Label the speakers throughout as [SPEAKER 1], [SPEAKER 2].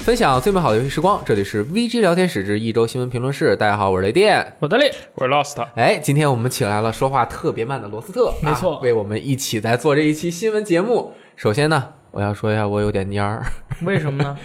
[SPEAKER 1] 分享最美好的游戏时光，这里是 VG 聊天室之一周新闻评论室。大家好，我是雷电。
[SPEAKER 2] 我的嘞，
[SPEAKER 3] 我是 Lost，
[SPEAKER 1] 哎，今天我们请来了说话特别慢的罗斯特，
[SPEAKER 2] 没错
[SPEAKER 1] 啊为我们一起来做这一期新闻节目。首先呢，我要说一下，我有点蔫儿。
[SPEAKER 2] 为什么呢？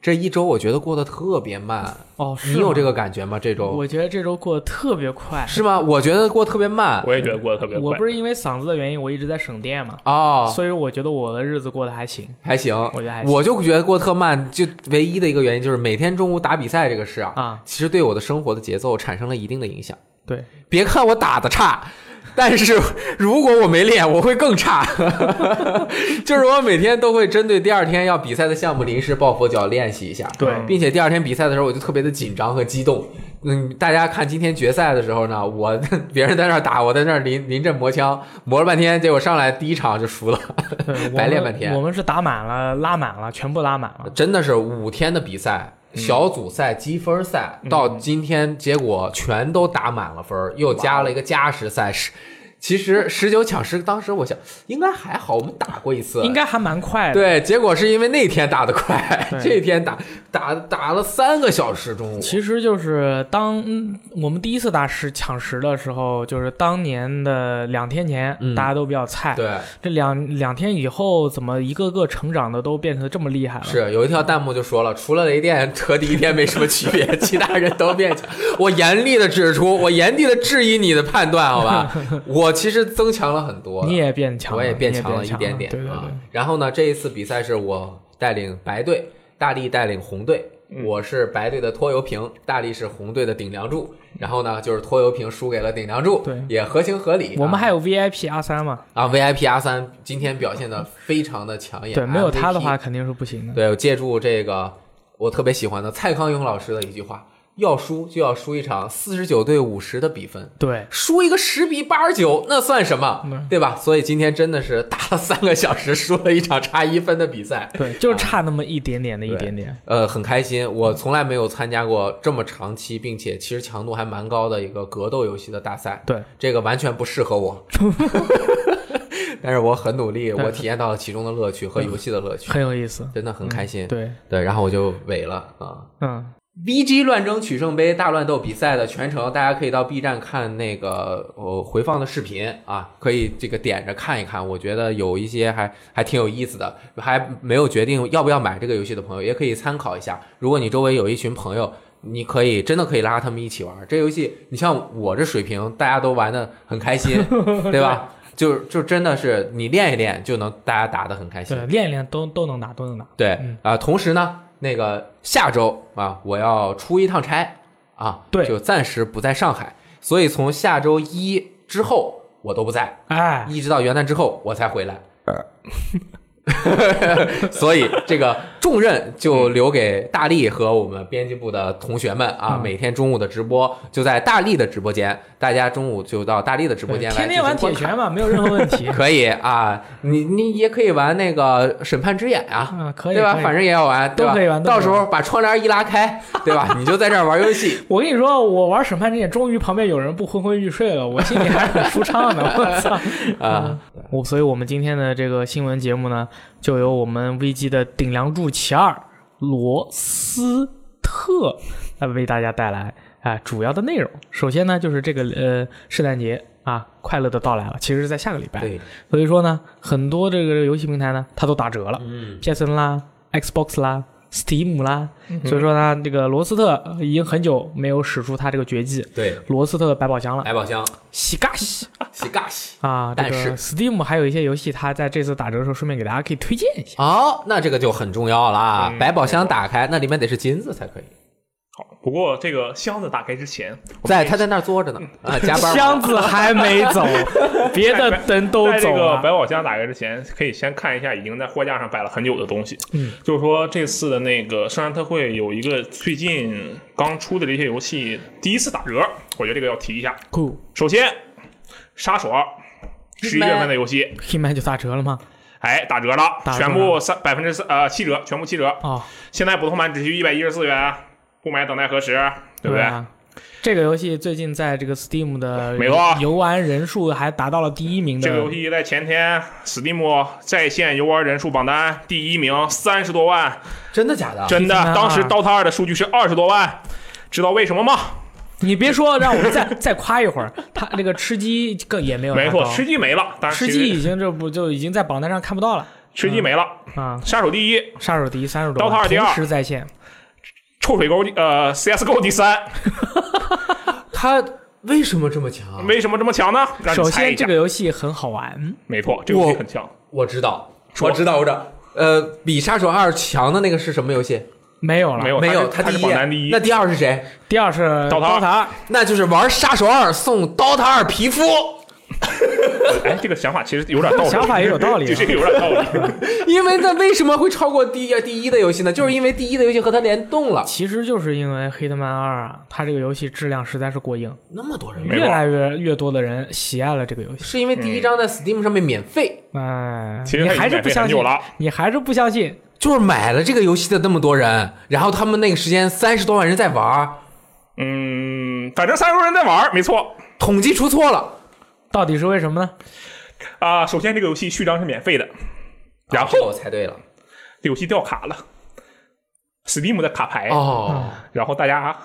[SPEAKER 1] 这一周我觉得过得特别慢，
[SPEAKER 2] 哦，是
[SPEAKER 1] 你有
[SPEAKER 2] 吗
[SPEAKER 1] 这个感觉吗？这周
[SPEAKER 2] 我觉得这周过得特别快。
[SPEAKER 1] 是吗？我觉得过得特别慢
[SPEAKER 3] 我也觉得过得特别
[SPEAKER 2] 我
[SPEAKER 3] 快
[SPEAKER 2] 不。是因为嗓子的原因，我一直在省电嘛，
[SPEAKER 1] 哦，
[SPEAKER 2] 所以我觉得我的日子过得还行。
[SPEAKER 1] 还行。
[SPEAKER 2] 我觉得还行
[SPEAKER 1] 啊我就觉得过得特慢，就唯一的一个原因就是每天中午打比赛这个事啊，
[SPEAKER 2] 啊，
[SPEAKER 1] 其实对我的生活的节奏产生了一定的影响。
[SPEAKER 2] 对，
[SPEAKER 1] 别看我打的差， 但是如果我没练，我会更差。 就是我每天都会针对第二天要比赛的项目临时抱佛脚练习一下，
[SPEAKER 2] 对
[SPEAKER 1] 并且第二天比赛的时候我就特别的紧张和激动。嗯，大家看今天决赛的时候呢，我 别人在那儿打，我在那儿临临阵磨枪，磨了半天，结果上来第一场就输了，
[SPEAKER 2] 对我们
[SPEAKER 1] 白练半天
[SPEAKER 2] 我们是打满了，拉满了，全部拉满了。
[SPEAKER 1] 啊真的是五天的比赛。
[SPEAKER 2] 嗯
[SPEAKER 1] 小组赛、积分赛到今天，结果全都打满了分儿，又
[SPEAKER 2] 哦
[SPEAKER 1] 加了一个加时赛。是，其实十九抢十，当时我想应该还好，我们打过一次，
[SPEAKER 2] 应该还蛮快的。
[SPEAKER 1] 对。结果是因为那天打得快，
[SPEAKER 2] 对
[SPEAKER 1] 这天打打打了三个小时，中午
[SPEAKER 2] 其实就是当嗯我们第一次打十抢十的时候，就是当年的两天前，
[SPEAKER 1] 嗯
[SPEAKER 2] 大家都比较菜。
[SPEAKER 1] 对，
[SPEAKER 2] 这两两天以后，怎么一个个成长的都变成这么厉害了？
[SPEAKER 1] 是有一条弹幕就说了，除了雷电和第一天没什么区别， 其他人都变强。我严厉的指出，我严厉的质疑你的判断，好 吧？我其实增强了很多，
[SPEAKER 2] 你也变强了，
[SPEAKER 1] 我也变
[SPEAKER 2] 你
[SPEAKER 1] 强了一点点
[SPEAKER 2] 对对
[SPEAKER 1] 啊
[SPEAKER 2] 对。
[SPEAKER 1] 然后呢，这一次比赛是我带领白队，大力带领红队，
[SPEAKER 2] 嗯
[SPEAKER 1] 我是白队的拖油瓶，大力是红队的顶梁柱。然后呢，就是拖油瓶输给了顶梁柱，
[SPEAKER 2] 嗯对
[SPEAKER 1] 也合情合理啊。
[SPEAKER 2] 我们还有 VIP 阿三嘛？
[SPEAKER 1] 啊，VIP 阿三今天表现的非常的抢眼，
[SPEAKER 2] 对，没有他的
[SPEAKER 1] MVP
[SPEAKER 2] 话肯定是不行的。
[SPEAKER 1] 对，我借助这个我特别喜欢的蔡康永老师的一句话：要输就要输一场四十九对五十的比分，
[SPEAKER 2] 对，
[SPEAKER 1] 输一个十比八十九那算什么
[SPEAKER 2] 嗯，
[SPEAKER 1] 对吧？所以今天真的是打了三个小时，输了一场差一分的比赛。
[SPEAKER 2] 对，就是差那么一点点的一点点。
[SPEAKER 1] 呃，很开心，我从来没有参加过这么长期，并且其实强度还蛮高的一个格斗游戏的大赛，
[SPEAKER 2] 对，
[SPEAKER 1] 这个完全不适合 我。但是我很努力，我体验到了其中的乐趣和游戏的乐趣，
[SPEAKER 2] 很有意思。嗯
[SPEAKER 1] 真的很开心。
[SPEAKER 2] 对，
[SPEAKER 1] 对，然后我就萎了啊。
[SPEAKER 2] 嗯，
[SPEAKER 1] VG 乱争取胜杯大乱斗比赛的全程，大家可以到 B 站看那个呃回放的视频啊，可以这个点着看一看。我觉得有一些还还挺有意思的，还没有决定要不要买这个游戏的朋友，也可以参考一下。如果你周围有一群朋友，你可以真的可以拉他们一起玩这游戏。你像我这水平，大家都玩的很开心，对吧？就就真的是你练一练就能大家打的很开心。
[SPEAKER 2] 对，练一练都都能打，都能打。
[SPEAKER 1] 对啊、
[SPEAKER 2] 嗯
[SPEAKER 1] 同时呢，那个下周啊，我要出一趟差啊，
[SPEAKER 2] 对
[SPEAKER 1] 就暂时不在上海，所以从下周一之后我都不在，
[SPEAKER 2] 哎，
[SPEAKER 1] 一直到元旦之后我才回来。 所以这个重任
[SPEAKER 2] 嗯
[SPEAKER 1] 就留给大力和我们编辑部的同学们啊，
[SPEAKER 2] 嗯
[SPEAKER 1] 每天中午的直播就在大力的直播间，大家中午就到大力的直播
[SPEAKER 2] 对
[SPEAKER 1] 间来
[SPEAKER 2] 天天玩
[SPEAKER 1] 进
[SPEAKER 2] 铁
[SPEAKER 1] 行观看。
[SPEAKER 2] 拳嘛，没有任何问题
[SPEAKER 1] 可以啊，你你也可以玩那个审判之眼啊，
[SPEAKER 2] 嗯，可以，
[SPEAKER 1] 对吧？
[SPEAKER 2] 可以
[SPEAKER 1] 反正也要玩，对吧
[SPEAKER 2] 都可以玩都可以
[SPEAKER 1] 到
[SPEAKER 2] 玩
[SPEAKER 1] 时候把窗帘一拉 开，对吧？你就在这儿玩游戏。
[SPEAKER 2] 我跟你说，我玩审判之眼，终于旁边有人不昏昏欲睡了，我心里还是很舒畅的。我操！
[SPEAKER 1] 啊，
[SPEAKER 2] 我所以，我们今天的这个新闻节目呢，就由我们 VG 的顶梁柱其二罗斯特来为大家带来啊、主要的内容。首先呢，就是这个呃圣诞节啊，快乐的到来了，其实是在下个礼拜。
[SPEAKER 1] 对，
[SPEAKER 2] 所以说呢，很多这个游戏平台呢，它都打折了
[SPEAKER 1] 嗯，
[SPEAKER 2] ，PSN 啦、Xbox 啦、Steam 啦。所以说呢，这个罗斯特呃已经很久没有使出他这个绝技，
[SPEAKER 1] 对，
[SPEAKER 2] 罗斯特百宝箱了，
[SPEAKER 1] 百宝箱，
[SPEAKER 2] 西嘎西。
[SPEAKER 1] 洗嘎洗。
[SPEAKER 2] 啊，
[SPEAKER 1] 但
[SPEAKER 2] 这个 Steam 还有一些游戏，它在这次打折的时候，顺便给大家可以推荐一 下。
[SPEAKER 1] 好，那这个就很重要了啊！
[SPEAKER 3] 嗯
[SPEAKER 1] 百宝箱打开，那里面得是金子才可以。
[SPEAKER 3] 好，不过这个箱子打开之前，我
[SPEAKER 1] 在
[SPEAKER 3] 们
[SPEAKER 1] 他在那儿坐着 呢，啊，加班
[SPEAKER 2] 箱子还没 走，别的人都
[SPEAKER 3] 在这
[SPEAKER 2] 走啊
[SPEAKER 3] 个
[SPEAKER 2] 了
[SPEAKER 3] 百。宝箱打开之前，可以先看一下已经在货架上摆了很久的东西。
[SPEAKER 2] 嗯，
[SPEAKER 3] 就是说这次的那个圣诞特惠有一个最近刚出的这些游戏第一次打折，我觉得这个要提一下。
[SPEAKER 2] 酷，
[SPEAKER 3] 首先，《杀手二》十一月份的游戏，
[SPEAKER 2] 黑麦就打折了吗？
[SPEAKER 3] 哎，打折了，
[SPEAKER 2] 打折了
[SPEAKER 3] 全部三百分之三呃七折，全部七折。
[SPEAKER 2] 哦，
[SPEAKER 3] 啊现在普通版只需一百一十四元，不买等待何时？对不对？
[SPEAKER 2] 啊？这个游戏最近在这个 Steam 的
[SPEAKER 3] 没错
[SPEAKER 2] 游玩人数还达到了第一名的。
[SPEAKER 3] 这个游戏在前天 Steam 在线游玩人数榜单第一名，三十
[SPEAKER 2] 啊
[SPEAKER 3] 多万，
[SPEAKER 1] 真的假的？
[SPEAKER 3] 真的。
[SPEAKER 2] 132
[SPEAKER 3] 当时 DOTA 二的数据是二十多万，知道为什么吗？
[SPEAKER 2] 你别说，让我们再再夸一会儿，他那个吃鸡更也没有
[SPEAKER 3] 没
[SPEAKER 2] 拿
[SPEAKER 3] 错，
[SPEAKER 2] 到
[SPEAKER 3] 吃鸡没了，但是
[SPEAKER 2] 吃鸡已嗯经这不就已经在榜单上看不到了
[SPEAKER 3] 吃鸡没了，
[SPEAKER 2] 啊！
[SPEAKER 3] 杀手第一，
[SPEAKER 2] 杀手第一三十多万，
[SPEAKER 3] Dota 二第二
[SPEAKER 2] 同时在线，
[SPEAKER 3] 臭水沟呃 CSGO 第三，
[SPEAKER 1] 他为什么这么强？
[SPEAKER 3] 为什么这么强呢？让你
[SPEAKER 2] 嗯首
[SPEAKER 3] 猜
[SPEAKER 2] 先
[SPEAKER 3] 一
[SPEAKER 2] 这
[SPEAKER 3] 下
[SPEAKER 2] 个，游戏很好玩，
[SPEAKER 3] 没错，这个游戏
[SPEAKER 1] 我
[SPEAKER 3] 很强。
[SPEAKER 1] 我知道，
[SPEAKER 3] 说
[SPEAKER 1] 我知道，我知道。呃，比杀手二强的那个是什么游戏？
[SPEAKER 2] 啊没有了，
[SPEAKER 3] 没有
[SPEAKER 1] 没有，
[SPEAKER 3] 哦它
[SPEAKER 1] 第
[SPEAKER 3] 是它是榜单第一
[SPEAKER 1] 那第二是谁？
[SPEAKER 2] 第二是
[SPEAKER 3] Dota 二
[SPEAKER 2] 二，
[SPEAKER 1] 那就是玩杀手二送 DOTA 二皮肤，
[SPEAKER 3] 哎，这个想法其实有点道 理，
[SPEAKER 2] 想法也有道 理啊
[SPEAKER 3] 就是有点道理。
[SPEAKER 1] 因为那为什么会超过第一第一的游戏呢？就是因为第一的游戏和它联动了，
[SPEAKER 2] 其实就是因为《黑特曼二》啊，它这个游戏质量实在是过硬，
[SPEAKER 1] 那么多人玩，
[SPEAKER 3] 没
[SPEAKER 2] 越来越越多的人喜爱了这个游戏。
[SPEAKER 1] 是因为第一章在 Steam 上面免费，
[SPEAKER 2] 哎，
[SPEAKER 3] 嗯其实
[SPEAKER 2] 你
[SPEAKER 3] 它已经
[SPEAKER 2] 还是
[SPEAKER 3] 免
[SPEAKER 2] 不
[SPEAKER 3] 费
[SPEAKER 2] 相
[SPEAKER 3] 很
[SPEAKER 2] 信
[SPEAKER 3] 久了，
[SPEAKER 2] 你还是不相信，
[SPEAKER 1] 就是买了这个游戏的那么多人，然后他们那个时间三十多万人在玩，
[SPEAKER 3] 嗯，反正三十多人在玩儿，没错。
[SPEAKER 1] 统计出错了，
[SPEAKER 2] 到底是为什么呢？
[SPEAKER 3] 啊、首先这个游戏序章是免费的，然
[SPEAKER 1] 啊这个
[SPEAKER 3] 后
[SPEAKER 1] 我猜对了
[SPEAKER 3] 这游戏掉卡了，Steam 的卡牌，
[SPEAKER 1] 哦，
[SPEAKER 3] 然后大家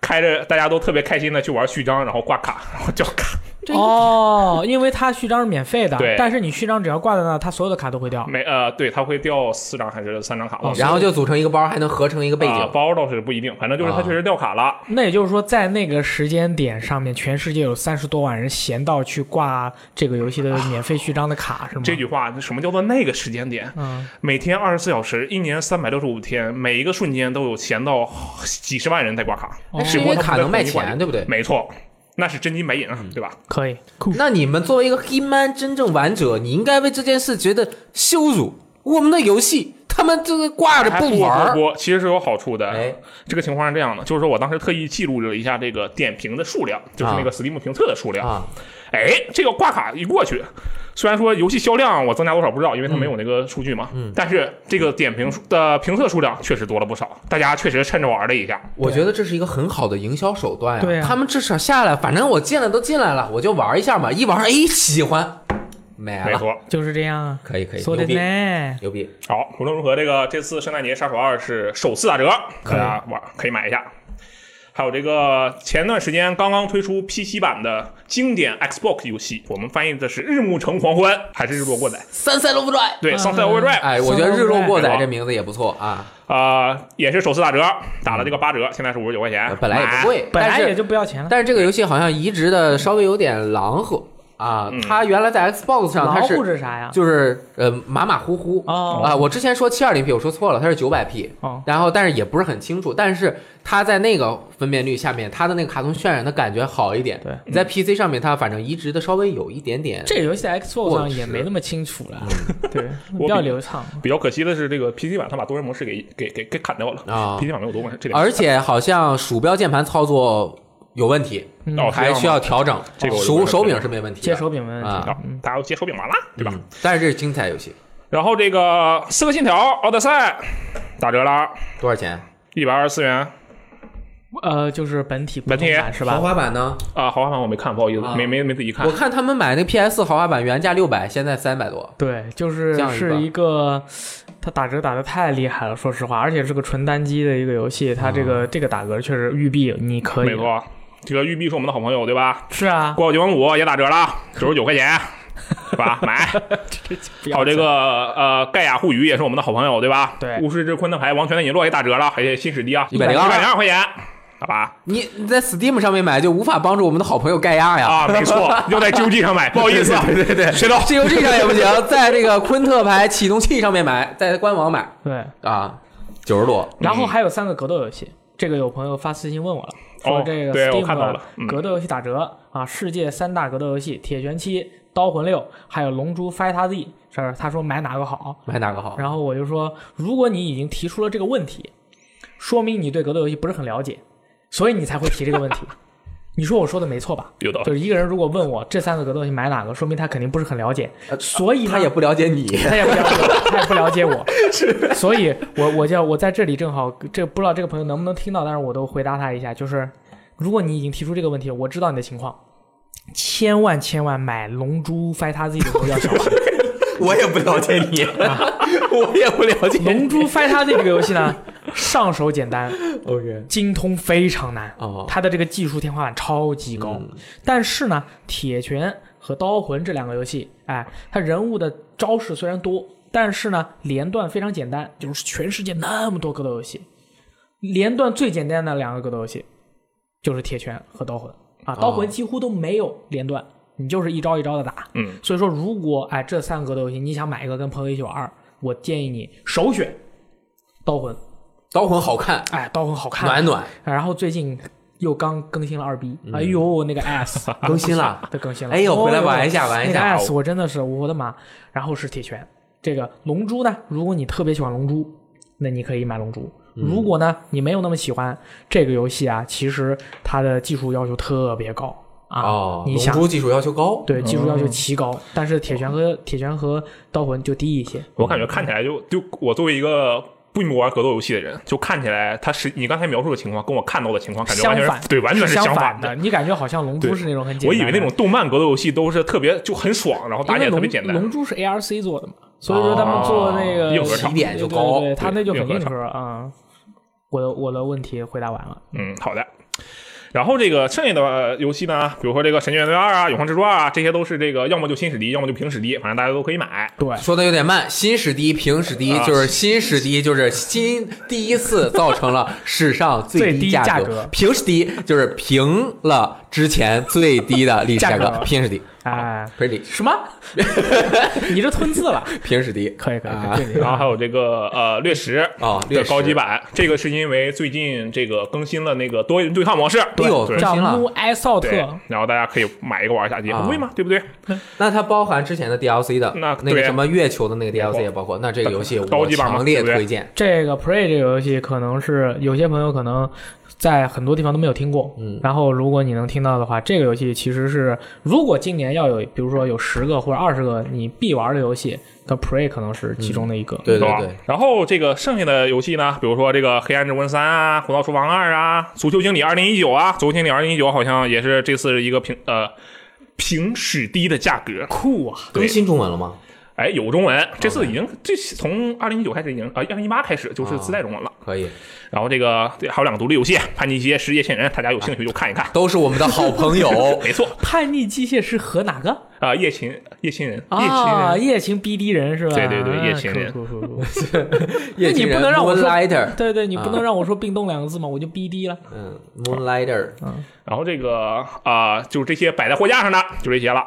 [SPEAKER 3] 开着，大家都特别开心的去玩序章，然后挂卡，然后掉卡，
[SPEAKER 2] 哦，因为它序章是免费的
[SPEAKER 3] 对，
[SPEAKER 2] 但是你序章只要挂在那，它所有的卡都会掉。
[SPEAKER 3] 没呃，对，它会掉四张还是三张卡，忘了。
[SPEAKER 1] 然后就组成一个包，还能合成一个哦背
[SPEAKER 3] 啊
[SPEAKER 1] 景，哦嗯
[SPEAKER 3] 包倒是不一定，反正就是它确实掉卡了。
[SPEAKER 2] 那也就是说，在那个时间点上面，全世界有三十多万人闲到去挂这个游戏的免费序章的卡，是吗？
[SPEAKER 3] 这句话，什么叫做那个时间点？
[SPEAKER 2] 嗯，
[SPEAKER 3] 每天二十四小时，一年三百六十五天，每一个瞬间都有闲到几十万人在挂卡。
[SPEAKER 1] 那哦是因为卡能卖钱，对不对？
[SPEAKER 3] 没错，那是真金白银，啊对吧？
[SPEAKER 2] 可以，酷。
[SPEAKER 1] 那你们作为一个黑 man 真正玩者，你应该为这件事觉得羞辱。我们的游戏，他们这个挂着
[SPEAKER 3] 还
[SPEAKER 1] 不玩
[SPEAKER 3] 不
[SPEAKER 1] 儿，
[SPEAKER 3] 播，其实是有好处的。
[SPEAKER 1] 哎，
[SPEAKER 3] 这个情况是这样的，就是说我当时特意记录了一下这个点评的数量，就是那个 Steam 评测的数量。
[SPEAKER 1] 啊，
[SPEAKER 3] 哎，这个挂卡一过去，虽然说游戏销量我增加多少不知道，因为它没有那个数据嘛，嗯，但是这个点评数的评测数量确实多了不少，大家确实趁着玩了一下。
[SPEAKER 1] 我觉得这是一个很好的营销手段呀、
[SPEAKER 2] 对啊
[SPEAKER 1] 他们至少下来，反正我进来都进来了，我就玩一下嘛，一玩哎喜欢，买
[SPEAKER 3] 没
[SPEAKER 1] 了，
[SPEAKER 3] 错，
[SPEAKER 2] 就是这样啊。
[SPEAKER 1] 可以可以，
[SPEAKER 2] 说
[SPEAKER 1] 牛
[SPEAKER 2] 的
[SPEAKER 1] 逼
[SPEAKER 2] 呢，
[SPEAKER 1] 牛逼，
[SPEAKER 3] 好，无论如何，这个这次圣诞节杀手二是首次打折，大家玩可以买一下。还有这个前段时间刚刚推出 PC 版的经典 Xbox 游戏，我们翻译的是《日暮城狂欢》还是《日落过载》？
[SPEAKER 1] 三三六不转。
[SPEAKER 3] 对，《Sunset Overdrive》
[SPEAKER 1] 哎，我觉得
[SPEAKER 2] 三三
[SPEAKER 1] 日
[SPEAKER 2] 六
[SPEAKER 1] 落过载
[SPEAKER 3] 对
[SPEAKER 1] 这名字也不错啊，
[SPEAKER 3] 啊，也是首次打折，打了这个八折，现在是五十九块钱，
[SPEAKER 1] 啊
[SPEAKER 3] 哎
[SPEAKER 1] 本来也不贵，
[SPEAKER 2] 本来
[SPEAKER 1] 但
[SPEAKER 2] 也
[SPEAKER 1] 是
[SPEAKER 2] 就不要钱了。
[SPEAKER 1] 但是这个游戏好像移植的稍微有点狼和啊，
[SPEAKER 3] 嗯
[SPEAKER 1] 它原来在 Xbox 上它
[SPEAKER 2] 老
[SPEAKER 1] 是
[SPEAKER 2] 虎是啥呀？
[SPEAKER 1] 就是呃马马虎虎
[SPEAKER 2] 啊哦
[SPEAKER 1] 啊，我之前说七二零 P 我说错了，它是九百 P，
[SPEAKER 2] 哦
[SPEAKER 1] 然后但是也不是很清楚，但是它在那个分辨率下面，它的那个卡通渲染的感觉好一点。
[SPEAKER 2] 对，
[SPEAKER 1] 你在 PC 上面它反正移植的稍微有一点点。
[SPEAKER 2] 这个游戏在 Xbox
[SPEAKER 1] 我
[SPEAKER 2] 上也
[SPEAKER 1] 是嗯
[SPEAKER 2] 没那么清楚了， 对，比
[SPEAKER 3] 我
[SPEAKER 2] 较
[SPEAKER 3] 比
[SPEAKER 2] 流畅。
[SPEAKER 3] 比较可惜的是，这个 PC 版它把多人模式给给给给砍掉了
[SPEAKER 1] 啊
[SPEAKER 3] p c 版没有多人模式，这哦点
[SPEAKER 1] 而且好像鼠标键盘操作有问题，
[SPEAKER 3] 哦
[SPEAKER 1] 嗯还需要调整。哦
[SPEAKER 3] 这个我就不
[SPEAKER 1] 鼠
[SPEAKER 3] 知道
[SPEAKER 1] 手柄是没问题的，
[SPEAKER 2] 接手柄没问题
[SPEAKER 1] 啊
[SPEAKER 3] 啊，大家都接手柄完了，对吧？
[SPEAKER 1] 嗯但是这是精彩游戏，
[SPEAKER 3] 然后这个《刺客信条：奥德赛》打折啦，
[SPEAKER 1] 多少钱？
[SPEAKER 3] 一百二十四元。
[SPEAKER 2] 呃，就是本体
[SPEAKER 3] 本体
[SPEAKER 2] 普通版是
[SPEAKER 1] 豪
[SPEAKER 2] 吧？
[SPEAKER 1] 华版呢？
[SPEAKER 3] 啊，豪华版我没看，不好意思，
[SPEAKER 1] 啊
[SPEAKER 3] 没没没仔细看
[SPEAKER 1] 我。看他们买那 PS 豪华版原价六百，现在三百多。
[SPEAKER 2] 对，就是
[SPEAKER 1] 这样一个
[SPEAKER 2] 是一个，它打折打的太厉害了，说实话，而且是个纯单机的一个游戏，它这
[SPEAKER 1] 啊
[SPEAKER 2] 个、这个打折确实育碧你可以
[SPEAKER 3] 没，错，这个育碧是我们的好朋友，对吧？
[SPEAKER 2] 是啊
[SPEAKER 3] 《怪物九万五》也打折了，九十九块钱，是 吧？买。
[SPEAKER 2] 不要
[SPEAKER 3] 还有这个呃，盖亚护鱼也是我们的好朋友，对吧？
[SPEAKER 2] 对
[SPEAKER 3] 巫师之昆特牌、王权的陨落也打折了，而且新史迪啊，
[SPEAKER 1] 102
[SPEAKER 3] 一百零二块钱，好吧？
[SPEAKER 1] 你你在 Steam 上面买就无法帮助我们的好朋友盖亚呀。
[SPEAKER 3] 啊，没错，要在 GOG 上买，不好意思， 对对对，谁懂？
[SPEAKER 1] GOG 上也不行，在这个昆特牌启动器上面买，在官网买
[SPEAKER 2] 对，
[SPEAKER 1] 啊，九十多。
[SPEAKER 2] 然后还有三个格斗游戏，这个有朋友发私信问我了，说
[SPEAKER 3] 哦
[SPEAKER 2] 这个
[SPEAKER 3] 对
[SPEAKER 2] Steam
[SPEAKER 3] 我看到了
[SPEAKER 2] 的
[SPEAKER 3] 嗯
[SPEAKER 2] 格斗游戏打折啊，世界三大格斗游戏《铁拳七》《刀魂六》还有《龙珠 Fighter Z》，这儿他说买哪个好？
[SPEAKER 1] 买哪个好？
[SPEAKER 2] 然后我就说，如果你已经提出了这个问题，说明你对格斗游戏不是很了解，所以你才会提这个问题。 你说我说的没错吧？
[SPEAKER 3] 有道
[SPEAKER 2] 就
[SPEAKER 3] 理。
[SPEAKER 2] 是一个人如果问我这三个格斗游戏买哪个，说明他肯定不是很了解，所以呢
[SPEAKER 1] 呃他也不了解你，
[SPEAKER 2] 他也不了解我，他也不了 解我， 所以我我就我在这里正好这不知道这个朋友能不能听到，但是我都回答他一下，就是如果你已经提出这个问题，我知道你的情况，千万千万买《龙珠 FighterZ》的时候要 小心。
[SPEAKER 1] 我也不了解 你，
[SPEAKER 2] 啊
[SPEAKER 1] 我也不了解
[SPEAKER 2] 《龙珠 FighterZ》这个游戏呢，上手简单，
[SPEAKER 1] OK，
[SPEAKER 2] 精通非常难。
[SPEAKER 1] 哦，
[SPEAKER 2] 它的这个技术天花板超级高。
[SPEAKER 1] 嗯
[SPEAKER 2] 但是呢，铁拳和刀魂这两个游戏，哎，它人物的招式虽然多，但是呢，连段非常简单，就是全世界那么多格斗游戏，连段最简单的两个格斗游戏就是铁拳和刀魂啊，
[SPEAKER 1] 哦
[SPEAKER 2] 刀魂几乎都没有连段，你就是一招一招的打。
[SPEAKER 3] 嗯，
[SPEAKER 2] 所以说，如果哎这三个格斗游戏你想买一个跟朋友一起玩儿，我建议你首选刀魂，
[SPEAKER 1] 刀魂好看，
[SPEAKER 2] 哎，刀魂好看，
[SPEAKER 1] 暖暖
[SPEAKER 2] 然后最近又刚更新了二 B，、哎呦那个 S
[SPEAKER 1] 更新了。
[SPEAKER 2] 都更新了，
[SPEAKER 1] 哎呦，回来
[SPEAKER 2] 哦
[SPEAKER 1] 玩一下，玩
[SPEAKER 2] 那
[SPEAKER 1] 一
[SPEAKER 2] 个
[SPEAKER 1] 下。
[SPEAKER 2] S 我真的是我的妈！然后是铁拳，这个龙珠呢，如果你特别喜欢龙珠，那你可以买龙珠。如果呢你没有那么喜欢这个游戏啊，其实它的技术要求特别高啊，
[SPEAKER 1] 哦，
[SPEAKER 2] 你
[SPEAKER 1] 龙
[SPEAKER 2] 想
[SPEAKER 1] 珠技术要求高，
[SPEAKER 2] 对技术要求奇高，但是铁拳和铁拳和刀魂就低一些。
[SPEAKER 3] 我感觉看起来就就我作为一个不不玩格斗游戏的人，就看起来他是你刚才描述的情况跟我看到的情况感觉
[SPEAKER 2] 相
[SPEAKER 3] 完全
[SPEAKER 2] 反
[SPEAKER 3] 是，对，完全
[SPEAKER 2] 是
[SPEAKER 3] 相
[SPEAKER 2] 反
[SPEAKER 3] 的。
[SPEAKER 2] 你感觉好像龙珠
[SPEAKER 3] 对
[SPEAKER 2] 是那种很简
[SPEAKER 3] 我
[SPEAKER 2] 单的，
[SPEAKER 3] 以为那种动漫格斗游戏都是特别就很爽，然后打
[SPEAKER 2] 因为
[SPEAKER 3] 起来特
[SPEAKER 2] 龙
[SPEAKER 3] 别简单。
[SPEAKER 2] 龙珠是 ARC 做的嘛，所以说他们做那个
[SPEAKER 3] 硬核
[SPEAKER 1] 起点就高
[SPEAKER 2] 对对对，他那就很
[SPEAKER 3] 硬核
[SPEAKER 2] 硬核啊。我的我的问题回答完了，
[SPEAKER 3] 嗯，好的。然后这个剩下的呃游戏呢，比如说这个《神卷 V 二》啊，《永恒之柱二》啊，这些都是这个要么就新史迪，要么就平史迪，反正大家都可以买。
[SPEAKER 2] 对，
[SPEAKER 1] 说的有点慢，新史第一，平史第一，
[SPEAKER 3] 啊
[SPEAKER 1] 就是新史第一，就是新第一次造成了史上
[SPEAKER 2] 最低
[SPEAKER 1] 低
[SPEAKER 2] 价
[SPEAKER 1] 价
[SPEAKER 2] 格
[SPEAKER 1] 平史第一就是平了之前最低的历史价
[SPEAKER 2] 价格
[SPEAKER 1] 格，平史第一，
[SPEAKER 2] 哎，
[SPEAKER 1] 平史第
[SPEAKER 2] 什么？ 你这吞字了？
[SPEAKER 1] 一，平史第一，
[SPEAKER 2] 可以可以
[SPEAKER 1] 啊
[SPEAKER 2] 可以，对你
[SPEAKER 3] 然后还有这个呃掠食
[SPEAKER 1] 哦
[SPEAKER 3] 的
[SPEAKER 1] 掠
[SPEAKER 3] 高级
[SPEAKER 1] 食
[SPEAKER 3] 版，这个是因为最近这个更新了那个多人对抗模式，
[SPEAKER 1] 哎呦
[SPEAKER 3] 对
[SPEAKER 1] 这
[SPEAKER 2] 叫
[SPEAKER 1] 行了
[SPEAKER 2] 穆埃绍特
[SPEAKER 3] 对，然后大家可以买一个玩一下，也不
[SPEAKER 1] 啊
[SPEAKER 3] 贵嘛，对不对？
[SPEAKER 2] 嗯
[SPEAKER 1] 那它包含之前的 DLC 的，
[SPEAKER 3] 那
[SPEAKER 1] 那
[SPEAKER 3] 对
[SPEAKER 1] 个什么月球的那个
[SPEAKER 3] 包
[SPEAKER 1] DLC 也包括。那这个游戏
[SPEAKER 3] 高
[SPEAKER 1] 我
[SPEAKER 3] 级版嘛
[SPEAKER 1] 强烈
[SPEAKER 3] 对不对
[SPEAKER 1] 推荐，
[SPEAKER 2] 这个 Prey 这个游戏，可能是有些朋友可能在很多地方都没有听过。
[SPEAKER 1] 嗯
[SPEAKER 2] 然后如果你能听到的话，这个游戏其实是，如果今年要有，比如说有十个或者二十个你必玩的游戏，那 Prey 可能是其中的一个。
[SPEAKER 1] 对对
[SPEAKER 3] 吧
[SPEAKER 1] 对，
[SPEAKER 3] 然后这个剩下的游戏呢，比如说这个《黑暗之魂三》啊，《胡闹厨房二》啊，《足球经理二零一九》啊，《足球经理二零一九》好像也是这次一个平呃平史低的价格。
[SPEAKER 2] 酷啊！
[SPEAKER 1] 更新中文了吗？
[SPEAKER 3] 哎，有中文，这次已经这从二零一九开始已经啊，二零一八开始就是自带中文了。
[SPEAKER 1] 可以，
[SPEAKER 3] 然后这个对还有两个独立游戏，《叛逆街》《实夜线人》，大家有兴趣就看一看。。
[SPEAKER 1] 都是我们的好朋友
[SPEAKER 3] 没错，
[SPEAKER 2] 叛逆机械是和哪个？
[SPEAKER 3] 啊、夜勤夜勤人，夜勤
[SPEAKER 2] 啊，
[SPEAKER 3] 人，
[SPEAKER 2] 夜行 BD 人是吧？
[SPEAKER 3] 对对对
[SPEAKER 2] 啊
[SPEAKER 3] 夜行人
[SPEAKER 2] 酷酷酷酷
[SPEAKER 1] 夜
[SPEAKER 2] 那你
[SPEAKER 1] 行
[SPEAKER 2] 不
[SPEAKER 1] 人
[SPEAKER 2] 能让我说
[SPEAKER 1] Moonlighter，
[SPEAKER 2] 对对，你不能
[SPEAKER 1] 啊
[SPEAKER 2] 让我说冰冻两个字嘛，我就 BD 了。
[SPEAKER 1] 嗯，Moonlighter，
[SPEAKER 3] 然后这个啊、就是这些摆在货架上的就这些了。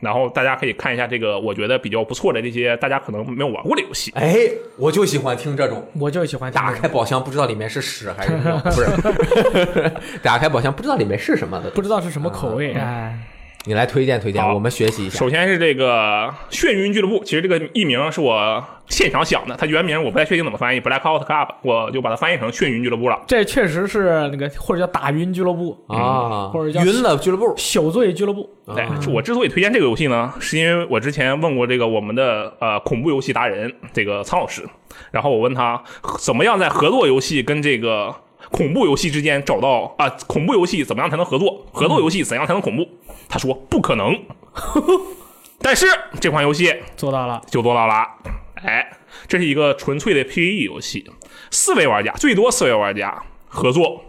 [SPEAKER 3] 然后大家可以看一下这个，我觉得比较不错的这些大家可能没有玩过的游戏。
[SPEAKER 1] 哎，我就喜欢听这种。
[SPEAKER 2] 我就喜欢听
[SPEAKER 1] 打
[SPEAKER 2] 这
[SPEAKER 1] 开
[SPEAKER 2] 种，
[SPEAKER 1] 宝箱不知道里面是屎还是尿，不是？ 打开宝箱不知道里面是什么的，
[SPEAKER 2] 不知道是什么口味。哎，
[SPEAKER 1] 你来推荐推荐
[SPEAKER 3] 好，
[SPEAKER 1] 我们学习一下。
[SPEAKER 3] 首先是这个《眩晕俱乐部》，其实这个译名是我现场想的，它原名我不太确定怎么翻译，Blackout Club，我就把它翻译成《眩晕俱乐部》了。
[SPEAKER 2] 这确实是那个或者叫打晕俱乐部、
[SPEAKER 1] 啊，
[SPEAKER 2] 或者叫
[SPEAKER 1] 晕了俱乐部，
[SPEAKER 2] 宿醉俱乐部。
[SPEAKER 3] 哎，我之所以推荐这个游戏呢，是因为我之前问过这个我们的呃恐怖游戏达人这个苍老师，然后我问他怎么样在合作游戏跟这个恐怖游戏之间找到啊、恐怖游戏怎么样才能合作，合作游戏怎样才能恐怖？他说不可能， 但是这款游戏
[SPEAKER 2] 做到了，
[SPEAKER 3] 就做到了。哎，这是一个纯粹的 PVE 游戏，四位玩家最多四位玩家合作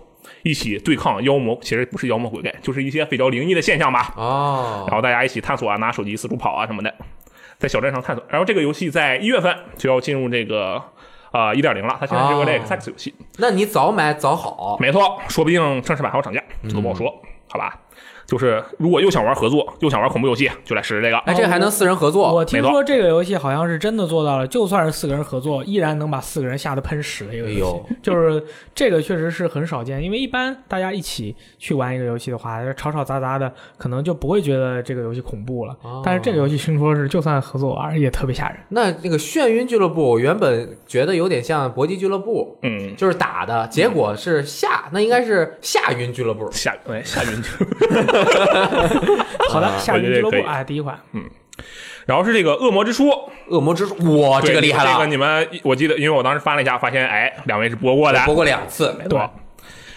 [SPEAKER 3] 一起对抗妖魔，其实不是妖魔鬼怪，就是一些比较灵异的现象吧。
[SPEAKER 1] 哦
[SPEAKER 3] 然，后大家一起探索啊，拿手机四处跑啊什么的，在小镇上探索。然后这个游戏在一月份就要进入这个啊一点零了，它现在是个
[SPEAKER 1] 哦
[SPEAKER 3] Early Access 游戏，
[SPEAKER 1] 那你早买早好，
[SPEAKER 3] 没错，说不定正式版还要涨价，这都不好说，
[SPEAKER 1] 嗯
[SPEAKER 3] 好吧？就是如果又想玩合作，又想玩恐怖游戏，就来试试这个。
[SPEAKER 1] 哎，这还能四人合作，
[SPEAKER 2] 我听
[SPEAKER 3] 没
[SPEAKER 2] 说这个游戏好像是真的做到了，就算是四个人合作，依然能把四个人吓得喷屎的一个游戏。
[SPEAKER 1] 哎
[SPEAKER 2] 就是这个确实是很少见，因为一般大家一起去玩一个游戏的话，吵吵杂杂的，可能就不会觉得这个游戏恐怖了。
[SPEAKER 1] 哦
[SPEAKER 2] 但是这个游戏听说是就算合作玩也特别吓人。
[SPEAKER 1] 那这个眩晕俱乐部，我原本觉得有点像搏击俱乐部，
[SPEAKER 3] 嗯，
[SPEAKER 1] 就是打的，结果是下，那应该是下晕俱乐部。
[SPEAKER 3] 下哎下云
[SPEAKER 2] 好的，夏日俱乐
[SPEAKER 3] 我
[SPEAKER 2] 部
[SPEAKER 3] 觉得也可以
[SPEAKER 2] 啊，第一款
[SPEAKER 3] 然后是这个恶魔之书，
[SPEAKER 1] 恶魔之书，哇，
[SPEAKER 3] 对
[SPEAKER 1] 这个厉害
[SPEAKER 3] 这个
[SPEAKER 1] 了，啊
[SPEAKER 3] 你们我记得，因为我当时翻了一下，发现哎两位是播过的，
[SPEAKER 1] 播过两次，
[SPEAKER 3] 对，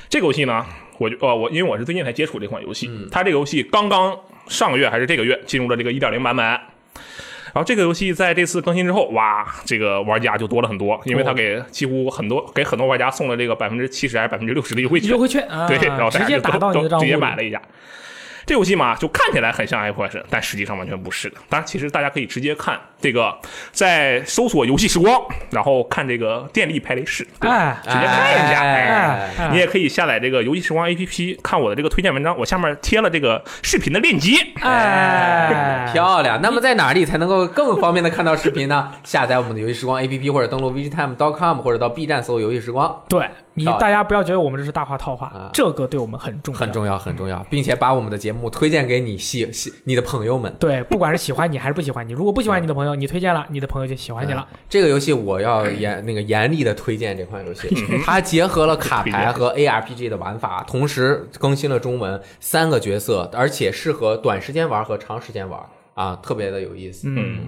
[SPEAKER 3] 这个游戏呢，我就呃我因为我是最近才接触这款游戏，
[SPEAKER 2] 嗯
[SPEAKER 3] 它这个游戏刚刚上个月还是这个月进入了这个一点零版本。然后这个游戏在这次更新之后，哇，这个玩家就多了很多，因为
[SPEAKER 2] 哦
[SPEAKER 3] 它给几乎很多给很多玩家送了这个百分之七十还是百分之六十的优惠券
[SPEAKER 2] 优，惠券啊，
[SPEAKER 3] 对，然后大
[SPEAKER 2] 直
[SPEAKER 3] 家
[SPEAKER 2] 接
[SPEAKER 3] 就都
[SPEAKER 2] 打到你的
[SPEAKER 3] 都
[SPEAKER 2] 账户里，
[SPEAKER 3] 直接买了一下。这游戏嘛，就看起来很像 i q u e s 但实际上完全不是的。当然，其实大家可以直接看这个，在搜索“游戏时光”，然后看这个电力排雷室，对吧
[SPEAKER 2] 哎
[SPEAKER 3] 直接看一下。
[SPEAKER 1] 哎
[SPEAKER 2] 哎，哎
[SPEAKER 3] 你也可以下载这个游戏时光 APP，看我的这个推荐文章，我下面贴了这个视频的链接。
[SPEAKER 2] 哎，
[SPEAKER 1] 漂亮！那么在哪里才能够更方便的看到视频呢？下载我们的游戏时光 APP，或者登录 vgtime.com，或者到 B 站搜“游戏时光
[SPEAKER 2] 对你
[SPEAKER 1] 漂亮
[SPEAKER 2] 大家不要觉得我们这是大话套话
[SPEAKER 1] 啊，
[SPEAKER 2] 这个对我们很”，重要，
[SPEAKER 1] 很重要，很重要，并且把我们的节目推荐给你系系你的朋友们。
[SPEAKER 2] 对，不管是喜欢你还是不喜欢你，如果不喜欢你的朋友，你推荐了，你的朋友就喜欢你了。
[SPEAKER 1] 这个游戏我要严那个严厉的推荐这款游戏，它结合了卡牌和 ARPG 的玩法，同时更新了中文三个角色，而且适合短时间玩和长时间玩啊，特别的有意思。
[SPEAKER 2] 嗯，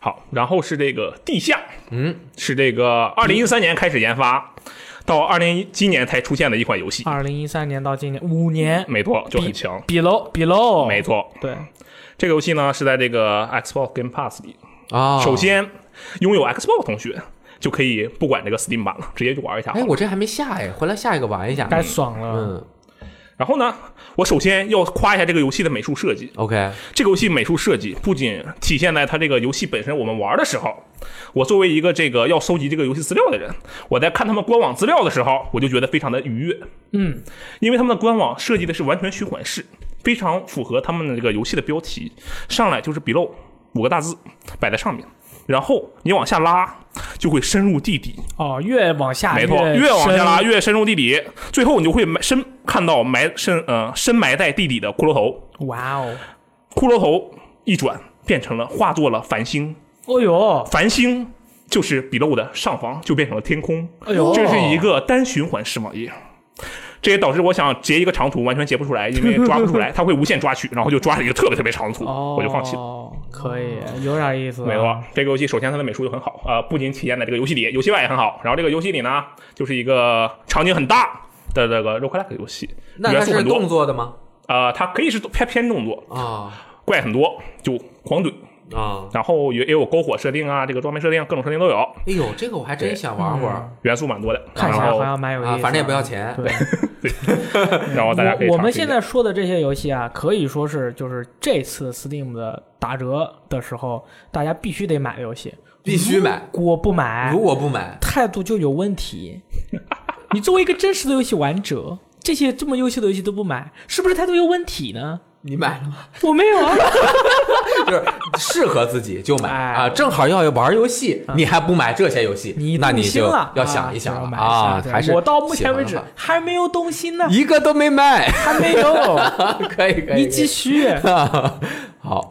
[SPEAKER 3] 好，然后是这个地下，
[SPEAKER 1] 嗯，
[SPEAKER 3] 是这个二零一三年开始研发，到二零一今年才出现的一款游戏。
[SPEAKER 2] 二零一三年到今年五年
[SPEAKER 3] 没错，就很强。
[SPEAKER 2] ，below below，
[SPEAKER 3] 嗯
[SPEAKER 1] 哦
[SPEAKER 3] 没错，
[SPEAKER 2] 对，
[SPEAKER 3] 这个游戏呢是在这个 Xbox Game Pass 里。
[SPEAKER 1] 啊，
[SPEAKER 3] 首，先，拥有 Xbox 同学就可以不管这个 Steam 版了，直接就玩一下好
[SPEAKER 1] 哎，
[SPEAKER 3] 了。
[SPEAKER 1] 我这还没下哎，回来下一个玩一下。
[SPEAKER 2] 该爽了。
[SPEAKER 1] 嗯
[SPEAKER 3] 然后呢，我首先要夸一下这个游戏的美术设计。
[SPEAKER 1] ，OK，
[SPEAKER 3] 这个游戏美术设计不仅体现在它这个游戏本身，我们玩的时候，我作为一个这个要收集这个游戏资料的人，我在看他们官网资料的时候，我就觉得非常的愉悦，
[SPEAKER 2] 嗯，
[SPEAKER 3] 因为他们的官网设计的是完全循环式，非常符合他们的这个游戏的标题，上来就是 below 五个大字摆在上面，然后你往下拉就会深入地底，
[SPEAKER 2] 哦，越往下
[SPEAKER 3] 没错，
[SPEAKER 2] 越
[SPEAKER 3] 越往下拉
[SPEAKER 2] 深
[SPEAKER 3] 越深入地底，最后你就会埋深看到埋深呃深埋在地底的骷髅头，
[SPEAKER 2] 哇哦，
[SPEAKER 3] 骷髅头一转变成了化作了繁星，
[SPEAKER 2] 哦呦，
[SPEAKER 3] 繁星就是 below 的上方就变成了天空，
[SPEAKER 2] 哎
[SPEAKER 1] 哦
[SPEAKER 2] 呦，
[SPEAKER 3] 这是一个单循环式网页。这也导致我想截一个长图，完全截不出来，因为抓不 出来，它会无限抓取，然后就抓了一个特别特别长的图，
[SPEAKER 2] 哦，
[SPEAKER 3] 我就放弃了。
[SPEAKER 2] 了。可以，有点意思。
[SPEAKER 3] 没
[SPEAKER 1] 嗯
[SPEAKER 3] 错，，这个游戏首先它的美术就很好，呃，不仅体现在这个游戏里，游戏外也很好。然后这个游戏里呢，就是一个场景很大的这个 roguelike 游戏，
[SPEAKER 1] 那
[SPEAKER 3] 元
[SPEAKER 1] 它
[SPEAKER 3] 素
[SPEAKER 1] 是
[SPEAKER 3] 很
[SPEAKER 1] 动
[SPEAKER 3] 多。
[SPEAKER 1] 作的吗？
[SPEAKER 3] 呃，它可以是偏偏动作，
[SPEAKER 1] 啊
[SPEAKER 3] 怪很多，就狂怼。
[SPEAKER 1] 啊，
[SPEAKER 3] 然后也也有篝火设定啊，这个装备设定，各种设定都有，
[SPEAKER 1] 哎呦，这个我还真想玩玩
[SPEAKER 3] 元素蛮多的。
[SPEAKER 2] 看起来
[SPEAKER 3] 然
[SPEAKER 2] 好
[SPEAKER 3] 后
[SPEAKER 2] 像蛮嗯有意思
[SPEAKER 1] 啊，
[SPEAKER 2] 的。
[SPEAKER 1] 反正也不要钱。
[SPEAKER 2] 对，
[SPEAKER 3] 然后大家可以
[SPEAKER 2] 我我
[SPEAKER 3] 尝
[SPEAKER 2] 们
[SPEAKER 3] 试一
[SPEAKER 2] 现
[SPEAKER 3] 下
[SPEAKER 2] 在说的这些游戏啊，可以说是就是这次 Steam 的打折的时候，大家必须得买的游戏，
[SPEAKER 1] 必须买
[SPEAKER 2] 如果不买
[SPEAKER 1] 如，果不买，
[SPEAKER 2] 态度就有问题。 你作为一个真实的游戏玩者，这些这么优秀的游戏都不买，是不是态度有问题呢？
[SPEAKER 1] 你买了吗？
[SPEAKER 2] 我没有啊，
[SPEAKER 1] 就是适合自己就买
[SPEAKER 2] 哎嗯
[SPEAKER 1] 啊，正好要玩游戏，你还不买这些游戏，
[SPEAKER 2] 你
[SPEAKER 1] 那
[SPEAKER 2] 动
[SPEAKER 1] 你
[SPEAKER 2] 心
[SPEAKER 1] 就
[SPEAKER 2] 了，
[SPEAKER 1] 要想一
[SPEAKER 2] 啊
[SPEAKER 1] 想
[SPEAKER 2] 就
[SPEAKER 1] 了
[SPEAKER 2] 要买一下
[SPEAKER 1] 啊，
[SPEAKER 2] 对
[SPEAKER 1] 还是
[SPEAKER 2] 我到目前为
[SPEAKER 1] 喜
[SPEAKER 2] 止
[SPEAKER 1] 欢的话
[SPEAKER 2] 还没有动 心呢，
[SPEAKER 1] 一个都没卖，
[SPEAKER 2] 还没有，
[SPEAKER 1] 可以可以，
[SPEAKER 2] 你继续。
[SPEAKER 1] 可以 好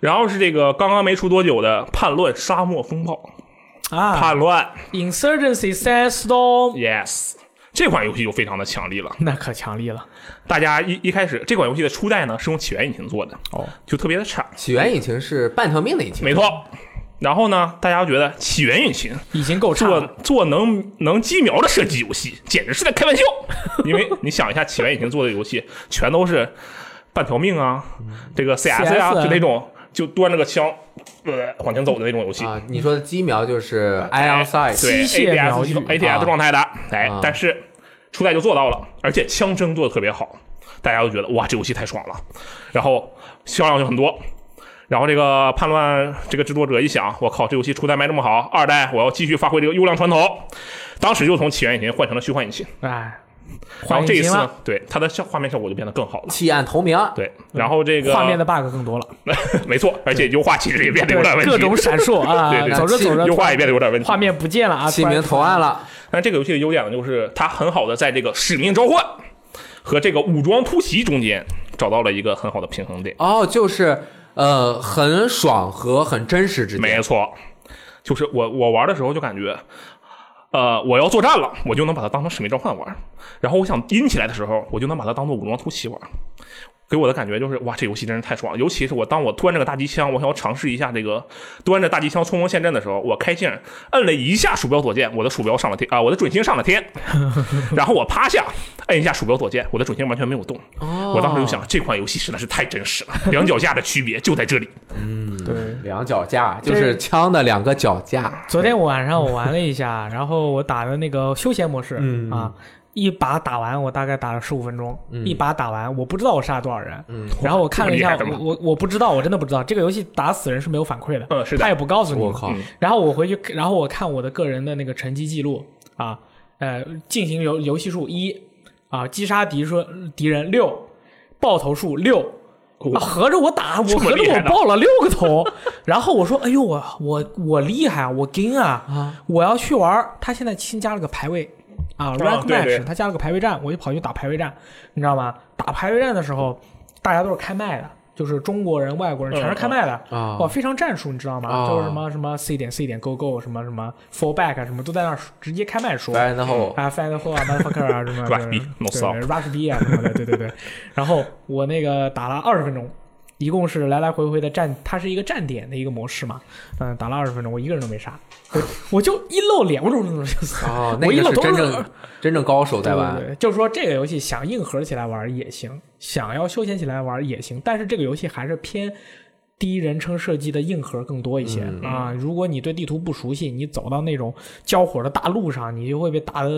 [SPEAKER 3] 然后是这个刚刚没出多久的《叛乱沙漠风暴》，《
[SPEAKER 2] 啊
[SPEAKER 3] 叛乱
[SPEAKER 2] ，Insurgency Sandstorm，
[SPEAKER 3] Yes，这款游戏就非常的强力了。
[SPEAKER 2] 那可强力了。
[SPEAKER 3] 大家一一开始这款游戏的初代呢是用起源引擎做的，
[SPEAKER 2] 哦，
[SPEAKER 3] 就特别的差，
[SPEAKER 1] 起源引擎是半条命的引擎，
[SPEAKER 3] 没错。然后呢，大家觉得起源引擎
[SPEAKER 2] 已经够差
[SPEAKER 3] 做
[SPEAKER 2] 了。
[SPEAKER 3] 做能能机瞄的射击游戏，简直是在开玩笑。因为你想一下，起源引擎做的游戏全都是半条命啊，这个 CS 啊，
[SPEAKER 2] CS
[SPEAKER 3] 就那种就端着个枪呃往前走的那种游戏。
[SPEAKER 1] 啊，你说的机瞄就是 Ion Sight，
[SPEAKER 3] 哎
[SPEAKER 2] 机
[SPEAKER 3] 对
[SPEAKER 2] 械瞄
[SPEAKER 3] ADS
[SPEAKER 2] 具
[SPEAKER 3] 系统 ATS
[SPEAKER 1] 啊
[SPEAKER 3] 状态的，哎
[SPEAKER 1] 啊，
[SPEAKER 3] 但是初代就做到了，而且枪声做的特别好，大家都觉得哇，这游戏太爽了，然后销量就很多。然后这个叛乱这个制作者一想，我靠，这游戏初代卖这么好，二代我要继续发挥这个优良传统，当时就从起源引擎换成了虚幻引擎，
[SPEAKER 2] 哎，
[SPEAKER 3] 然后这一次
[SPEAKER 2] 换引
[SPEAKER 3] 呢
[SPEAKER 2] 擎，嗯
[SPEAKER 3] 对它的效画面效果就变得更好了。
[SPEAKER 1] 弃暗投明，
[SPEAKER 3] 对，然后这个
[SPEAKER 2] 画面的 bug 更多了，
[SPEAKER 3] 没错，而且优化其实也变得有 点问题，
[SPEAKER 2] 各种闪烁
[SPEAKER 3] 对
[SPEAKER 2] 啊，
[SPEAKER 3] 对对
[SPEAKER 2] 走着走着
[SPEAKER 3] 优化也变得有点问题
[SPEAKER 2] 画。面不见了啊，
[SPEAKER 1] 起
[SPEAKER 2] 突然
[SPEAKER 1] 名投案了，
[SPEAKER 3] 但这个游戏的优点呢，就是它很好的在这个使命召唤和这个武装突袭中间找到了一个很好的平衡点。
[SPEAKER 1] 哦，就是呃很爽和很真实之
[SPEAKER 3] 没
[SPEAKER 1] 间，
[SPEAKER 3] 错，就是我我玩的时候就感觉，呃，我要作战了，我就能把它当成使命召唤玩；然后我想阴起来的时候，我就能把它当做武装突袭玩。给我的感觉就是，哇，这游戏真是太爽了！尤其是我当我端着个大机枪，我想要尝试一下这个端着大机枪冲锋陷阵的时候，我开镜摁了一下鼠标左键，我的鼠标上了天啊、我的准星上 了天。然后我趴下摁一下鼠标左键，我的准星完全没有动。
[SPEAKER 1] 哦
[SPEAKER 3] 我当时就想，这款游戏实在是太真实了，两脚架的区别就在这里。
[SPEAKER 2] 对，
[SPEAKER 1] 两脚架就是枪的两个脚架，
[SPEAKER 2] 昨天晚上我玩了一 下，然后我打的那个休闲模式、
[SPEAKER 1] 嗯
[SPEAKER 2] 啊，一把打完我大概打了十五分钟，
[SPEAKER 1] 嗯
[SPEAKER 2] 一把打完我不知道我杀了多少人，
[SPEAKER 1] 嗯
[SPEAKER 2] 然后我看了一下，
[SPEAKER 3] 这么厉害
[SPEAKER 2] 我
[SPEAKER 3] 的
[SPEAKER 2] 我我不知道，我真的不知道这个游戏打死人是没有反馈的，
[SPEAKER 3] 嗯是的
[SPEAKER 2] 他也不告诉你，
[SPEAKER 1] 我靠，
[SPEAKER 3] 嗯
[SPEAKER 2] 然后我回去，然后我看我的个人的那个成绩记录啊，呃，进行游游戏数一啊，击杀敌说敌人六，爆头数六。啊、合着我打，我
[SPEAKER 3] 哦这么
[SPEAKER 2] 合着
[SPEAKER 3] 厉害
[SPEAKER 2] 我
[SPEAKER 3] 的
[SPEAKER 2] 爆了六个头，然后我说，哎呦，我我我厉害啊，我精啊，
[SPEAKER 1] 啊
[SPEAKER 2] 我要去玩儿。他现在新加了个排位啊，rank
[SPEAKER 3] 哦对
[SPEAKER 2] match，
[SPEAKER 3] 对
[SPEAKER 2] 他加了个排位战，我就跑去打排位战，你知道吗？打排位战的时候，大家都是开麦的，就是中国人、外国人全是
[SPEAKER 3] 嗯
[SPEAKER 2] 开麦的，
[SPEAKER 1] 啊
[SPEAKER 2] 哦哇，非常战术，你知道吗？
[SPEAKER 1] 啊
[SPEAKER 2] 就是什么什么 C 点 C 点 Go Go 什么什么 Fall Back 啊什么都在那儿直接开麦说。
[SPEAKER 1] ，right now，
[SPEAKER 2] 啊 f i n d h o l e 啊，motherfucker 啊，什么
[SPEAKER 3] Rush B，no sound
[SPEAKER 2] ，rush B 啊什么的，对对对。然后我那个打了二十分钟，一共是来来回回的站，它是一个站点的一个模式嘛，嗯，打了二十分钟，我一个人都没杀，我我就一露脸，我就就 死，
[SPEAKER 1] 哦，那
[SPEAKER 2] 我一
[SPEAKER 1] 个
[SPEAKER 2] 露
[SPEAKER 1] 是
[SPEAKER 2] 头
[SPEAKER 1] 真 正真正高手在玩
[SPEAKER 2] 对对对，就是说这个游戏想硬核起来玩也行，想要休闲起来玩也行，但是这个游戏还是偏第一人称射击的硬核更多一些、
[SPEAKER 1] 嗯
[SPEAKER 2] 啊。如果你对地图不熟悉，你走到那种交火的大路上，你就会被打的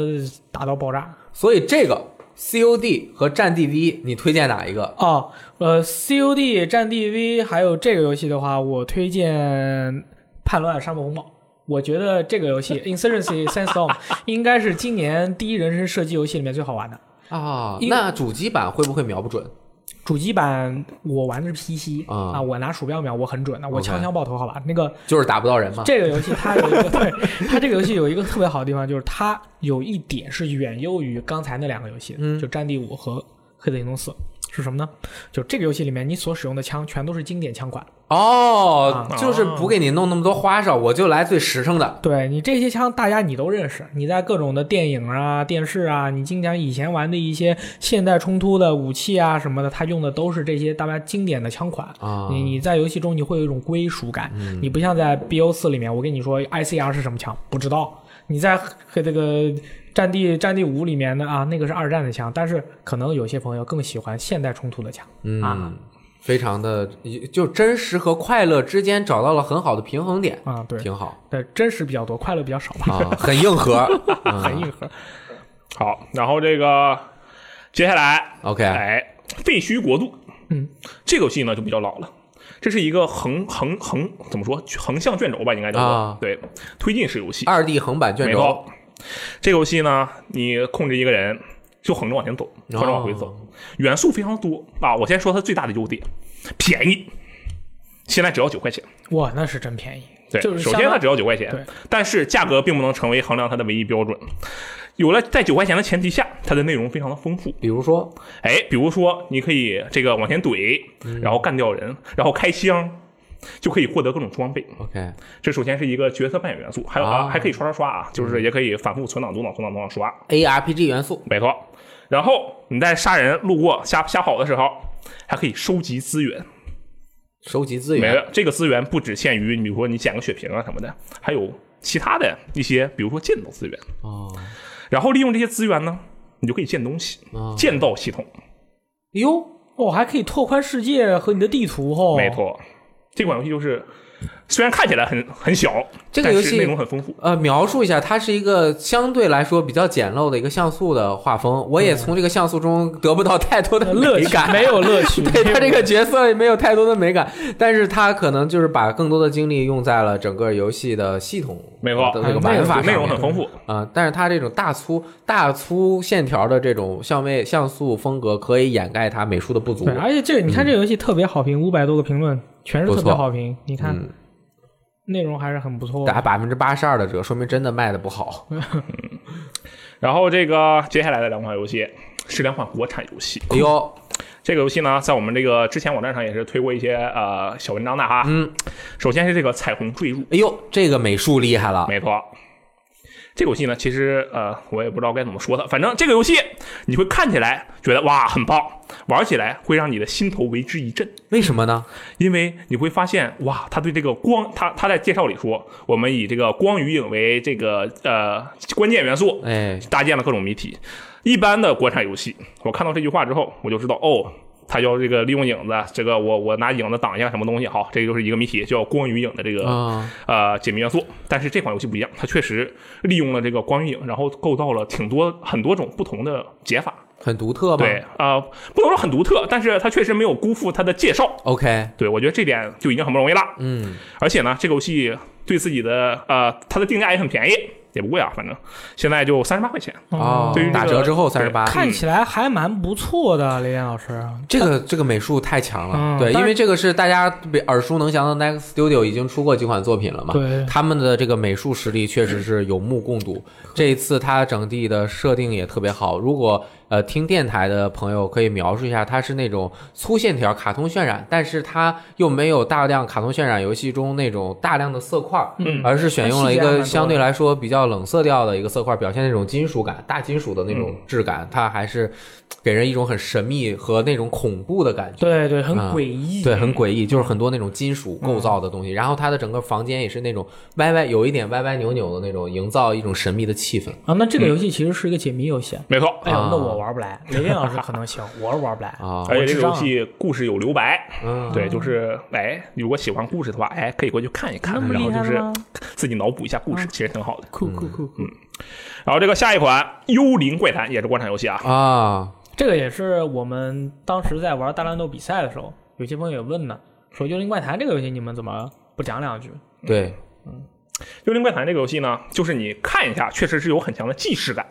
[SPEAKER 2] 打到爆炸。
[SPEAKER 1] 所以这个 COD 和战地 V，你推荐哪一个？
[SPEAKER 2] 哦，呃，COD、战地 V 还有这个游戏的话，我推荐《叛乱沙漠风暴》。我觉得这个游戏《Insurgency Sandstorm》应该是今年第一人称射击游戏里面最好玩的。
[SPEAKER 1] 啊，
[SPEAKER 2] 因为
[SPEAKER 1] 那主机版会不会瞄不准？
[SPEAKER 2] 主机版我玩的是 PC、
[SPEAKER 1] 啊
[SPEAKER 2] 啊，我拿鼠标瞄我很准的，我
[SPEAKER 1] OK
[SPEAKER 2] 枪枪爆头好吧？那个
[SPEAKER 1] 就是打不到人嘛。
[SPEAKER 2] 这个游戏它有一个对它这个游戏有一个特别好的地方，就是它有一点是远优于刚才那两个游戏的，
[SPEAKER 1] 嗯
[SPEAKER 2] 就《战地五》和《黑色行动四》，是什么呢？就这个游戏里面你所使用的枪全都是经典枪管，
[SPEAKER 1] 哦，
[SPEAKER 3] 啊
[SPEAKER 1] 就是不给你弄那么多花哨，我就来最实诚的。
[SPEAKER 2] 对你这些枪，大家你都认识。你在各种的电影啊、电视啊，你经常以前玩的一些现代冲突的武器啊什么的，它用的都是这些大家经典的枪款。
[SPEAKER 1] 啊
[SPEAKER 2] 你你在游戏中你会有一种归属感，
[SPEAKER 3] 嗯
[SPEAKER 2] 你不像在 BO 四里面，我跟你说 ICR 是什么枪，不知道。你在和这个战地战地五里面的啊，那个是二战的枪，但是可能有些朋友更喜欢现代冲突的枪。啊
[SPEAKER 1] 嗯，非常的就真实和快乐之间找到了很好的平衡点，
[SPEAKER 2] 啊，对，
[SPEAKER 1] 挺好
[SPEAKER 2] 对，真实比较多，快乐比较少吧，
[SPEAKER 1] 啊，很硬核，
[SPEAKER 2] 很
[SPEAKER 3] 嗯
[SPEAKER 1] 很
[SPEAKER 2] 硬核。
[SPEAKER 3] 好，然后这个接下来
[SPEAKER 1] OK，
[SPEAKER 3] 哎，废墟国度，
[SPEAKER 2] 嗯，
[SPEAKER 3] 这个游戏呢就比较老了。这是一个横横横怎么说横向卷轴吧，应该叫做、
[SPEAKER 1] 啊
[SPEAKER 3] 对推进式游戏。
[SPEAKER 1] 二 D 横版卷
[SPEAKER 3] 没
[SPEAKER 1] 轴
[SPEAKER 3] 错，这个游戏呢，你控制一个人就横着往前走，
[SPEAKER 1] 哦
[SPEAKER 3] 横着往回走，元素非常多啊。我先说它最大的优点，便宜，现在只要九块钱。
[SPEAKER 2] 哇，那是真便宜。
[SPEAKER 3] 对，
[SPEAKER 2] 就是
[SPEAKER 3] 首
[SPEAKER 2] 相
[SPEAKER 3] 先它
[SPEAKER 2] 当
[SPEAKER 3] 只要九块
[SPEAKER 2] 对
[SPEAKER 3] 钱，但是价格并不能成为衡量它的唯一标准。有了在九块钱的前提下，它的内容非常的丰富，
[SPEAKER 1] 比如说
[SPEAKER 3] 哎，比如说你可以这个往前怼，然后干掉人，然后开枪，就可以获得各种装备。
[SPEAKER 1] OK，
[SPEAKER 3] 这首先是一个角色扮演元素，还有啊，
[SPEAKER 1] 啊
[SPEAKER 3] 还可以刷刷刷啊，就是也可以反复存档、读档、存档、读档刷，
[SPEAKER 1] ARPG 元素
[SPEAKER 3] 没错。然后你在杀人、路过、瞎瞎跑的时候，还可以收集资源。
[SPEAKER 1] 收集资
[SPEAKER 3] 没
[SPEAKER 1] 源，
[SPEAKER 3] 了，这个资源不只限于你，比如说你捡个血瓶啊什么的，还有其他的一些，比如说建造资源。
[SPEAKER 1] 哦，
[SPEAKER 3] 然后利用这些资源呢，你就可以建东西，
[SPEAKER 1] 哦
[SPEAKER 3] 建造系统。
[SPEAKER 2] 哟，我、还可以拓宽世界和你的地图哦。
[SPEAKER 3] 没，错，这款游戏就是虽然看起来很很小，
[SPEAKER 1] 这个
[SPEAKER 3] 但
[SPEAKER 1] 游
[SPEAKER 3] 是
[SPEAKER 1] 戏
[SPEAKER 3] 内容很丰富。
[SPEAKER 1] 呃，描述一下，它是一个相对来说比较简陋的一个像素的画风，我也从这个像素中得不到太多的
[SPEAKER 2] 乐
[SPEAKER 1] 美
[SPEAKER 2] 趣
[SPEAKER 1] 感，
[SPEAKER 2] 没有乐 趣。
[SPEAKER 1] 对他这个角色也没有太多的美感，但是他可能就是把更多的精力用在了整个游戏的系统
[SPEAKER 3] 没错
[SPEAKER 1] 的这个
[SPEAKER 2] 嗯内
[SPEAKER 1] 玩
[SPEAKER 2] 容
[SPEAKER 1] 法
[SPEAKER 3] 内容
[SPEAKER 1] 上面
[SPEAKER 3] 很丰富，
[SPEAKER 1] 啊、但是他这种大粗大粗线条的这种像位像素风格，可以掩盖他美术的不足
[SPEAKER 2] 对，。而且这个你看
[SPEAKER 3] 嗯
[SPEAKER 2] 这个游戏特别好评，五百多个评论全是特
[SPEAKER 1] 不
[SPEAKER 2] 别
[SPEAKER 1] 错
[SPEAKER 2] 好评。你看、
[SPEAKER 1] 嗯，
[SPEAKER 2] 内容还是很不错的。
[SPEAKER 1] 打百分之八十二的折，说明真的卖的不好。
[SPEAKER 3] 然后这个接下来的两款游戏是两款国产游戏。
[SPEAKER 1] 哎呦，
[SPEAKER 3] 这个游戏呢，在我们这个之前网站上也是推过一些呃小文章的哈。
[SPEAKER 1] 嗯，
[SPEAKER 3] 首先是这个彩虹坠入，
[SPEAKER 1] 哎呦，这个美术厉害了
[SPEAKER 3] 没错，这个游戏呢，其实呃，我也不知道该怎么说它。反正这个游戏你会看起来觉得哇很棒，玩起来会让你的心头为之一震，
[SPEAKER 1] 为什么呢？
[SPEAKER 3] 因为你会发现哇，他对这个光，他他在介绍里说，我们以这个光与影为这个呃关键元素，
[SPEAKER 1] 哎，
[SPEAKER 3] 搭建了各种谜题。一般的国产游戏，我看到这句话之后，我就知道哦，他要这个利用影子，这个我我拿影子挡一下什么东西，好，这个就是一个谜题，叫光与影的这个、
[SPEAKER 1] 啊，
[SPEAKER 3] 呃解谜元素。但是这款游戏不一样，它确实利用了这个光与影，然后构造了挺多很多种不同的解法。
[SPEAKER 1] 很独特吧？
[SPEAKER 3] 对，呃，不能说很独特，但是它确实没有辜负它的介绍。
[SPEAKER 1] ，OK，
[SPEAKER 3] 对我觉得这点就已经很不容易了。
[SPEAKER 1] 嗯，
[SPEAKER 3] 而且呢，这个游戏对自己的呃，它的定价也很便宜，也不贵啊，反正现在就三十八块钱。
[SPEAKER 2] 嗯
[SPEAKER 1] 哦
[SPEAKER 3] 对于这，个
[SPEAKER 1] 打折之后三十八，
[SPEAKER 2] 看起来还蛮不错的，雷电老师。
[SPEAKER 1] 这个这个美术太强了，
[SPEAKER 2] 嗯
[SPEAKER 1] 对，
[SPEAKER 2] 但
[SPEAKER 1] 因
[SPEAKER 2] 是
[SPEAKER 1] 为这个是大家耳熟能详的 Next Studio 已经出过几款作品了嘛，
[SPEAKER 2] 对
[SPEAKER 1] 他们的这个美术实力确实是有目共睹。
[SPEAKER 2] 嗯
[SPEAKER 1] 这一次它整地的设定也特别好，如果呃听电台的朋友可以描述一下，它是那种粗线条卡通渲染，但是它又没有大量卡通渲染游戏中那种大量的色块儿，
[SPEAKER 3] 嗯
[SPEAKER 1] 而是选用了一
[SPEAKER 2] 它细节还蛮多
[SPEAKER 1] 个
[SPEAKER 2] 的
[SPEAKER 1] 相对来说比较冷色调的一个色块儿，表现那种金属感、大金属的那种
[SPEAKER 2] 嗯
[SPEAKER 1] 质感，它还是给人一种很神秘和那种恐怖的感觉。
[SPEAKER 2] 对对，很
[SPEAKER 3] 啊
[SPEAKER 1] 嗯
[SPEAKER 2] 诡异。
[SPEAKER 1] 对，很诡异，就是很多那种金
[SPEAKER 3] 嗯
[SPEAKER 1] 属构造的东西，然后它的整个房间也是那种歪歪，有一点歪歪扭扭的那种，营造一种神秘的气氛
[SPEAKER 2] 啊，那这
[SPEAKER 3] 嗯
[SPEAKER 2] 个游戏其实是一个解谜游戏。
[SPEAKER 3] 没错，
[SPEAKER 2] 哎呦，
[SPEAKER 1] 啊
[SPEAKER 2] 那我玩不来，雷电老师可能行，我是玩不来。
[SPEAKER 1] 啊。
[SPEAKER 3] 而且这个
[SPEAKER 2] 我智障
[SPEAKER 3] 游戏故事有留白，
[SPEAKER 1] 嗯，
[SPEAKER 3] 对，就是哎，如果喜欢故事的话，哎，可以过去看一看
[SPEAKER 2] 那，么
[SPEAKER 3] 然后
[SPEAKER 2] 厉害
[SPEAKER 3] 就是
[SPEAKER 2] 吗 嗯
[SPEAKER 3] 自己脑补一下故事，其实挺好的。
[SPEAKER 2] 酷酷酷酷，
[SPEAKER 3] 然后这个下一款《幽灵怪谈》也是国产游戏啊，
[SPEAKER 1] 啊，
[SPEAKER 2] 这个也是我们当时在玩大乱斗比赛的时候，有些朋友也问呢，说《幽灵怪谈》这个游戏你们怎么不讲两句？
[SPEAKER 3] 啊
[SPEAKER 1] 对，
[SPEAKER 3] 《幽灵怪谈》这个游戏呢，就是你看一下，确实是有很强的既视感。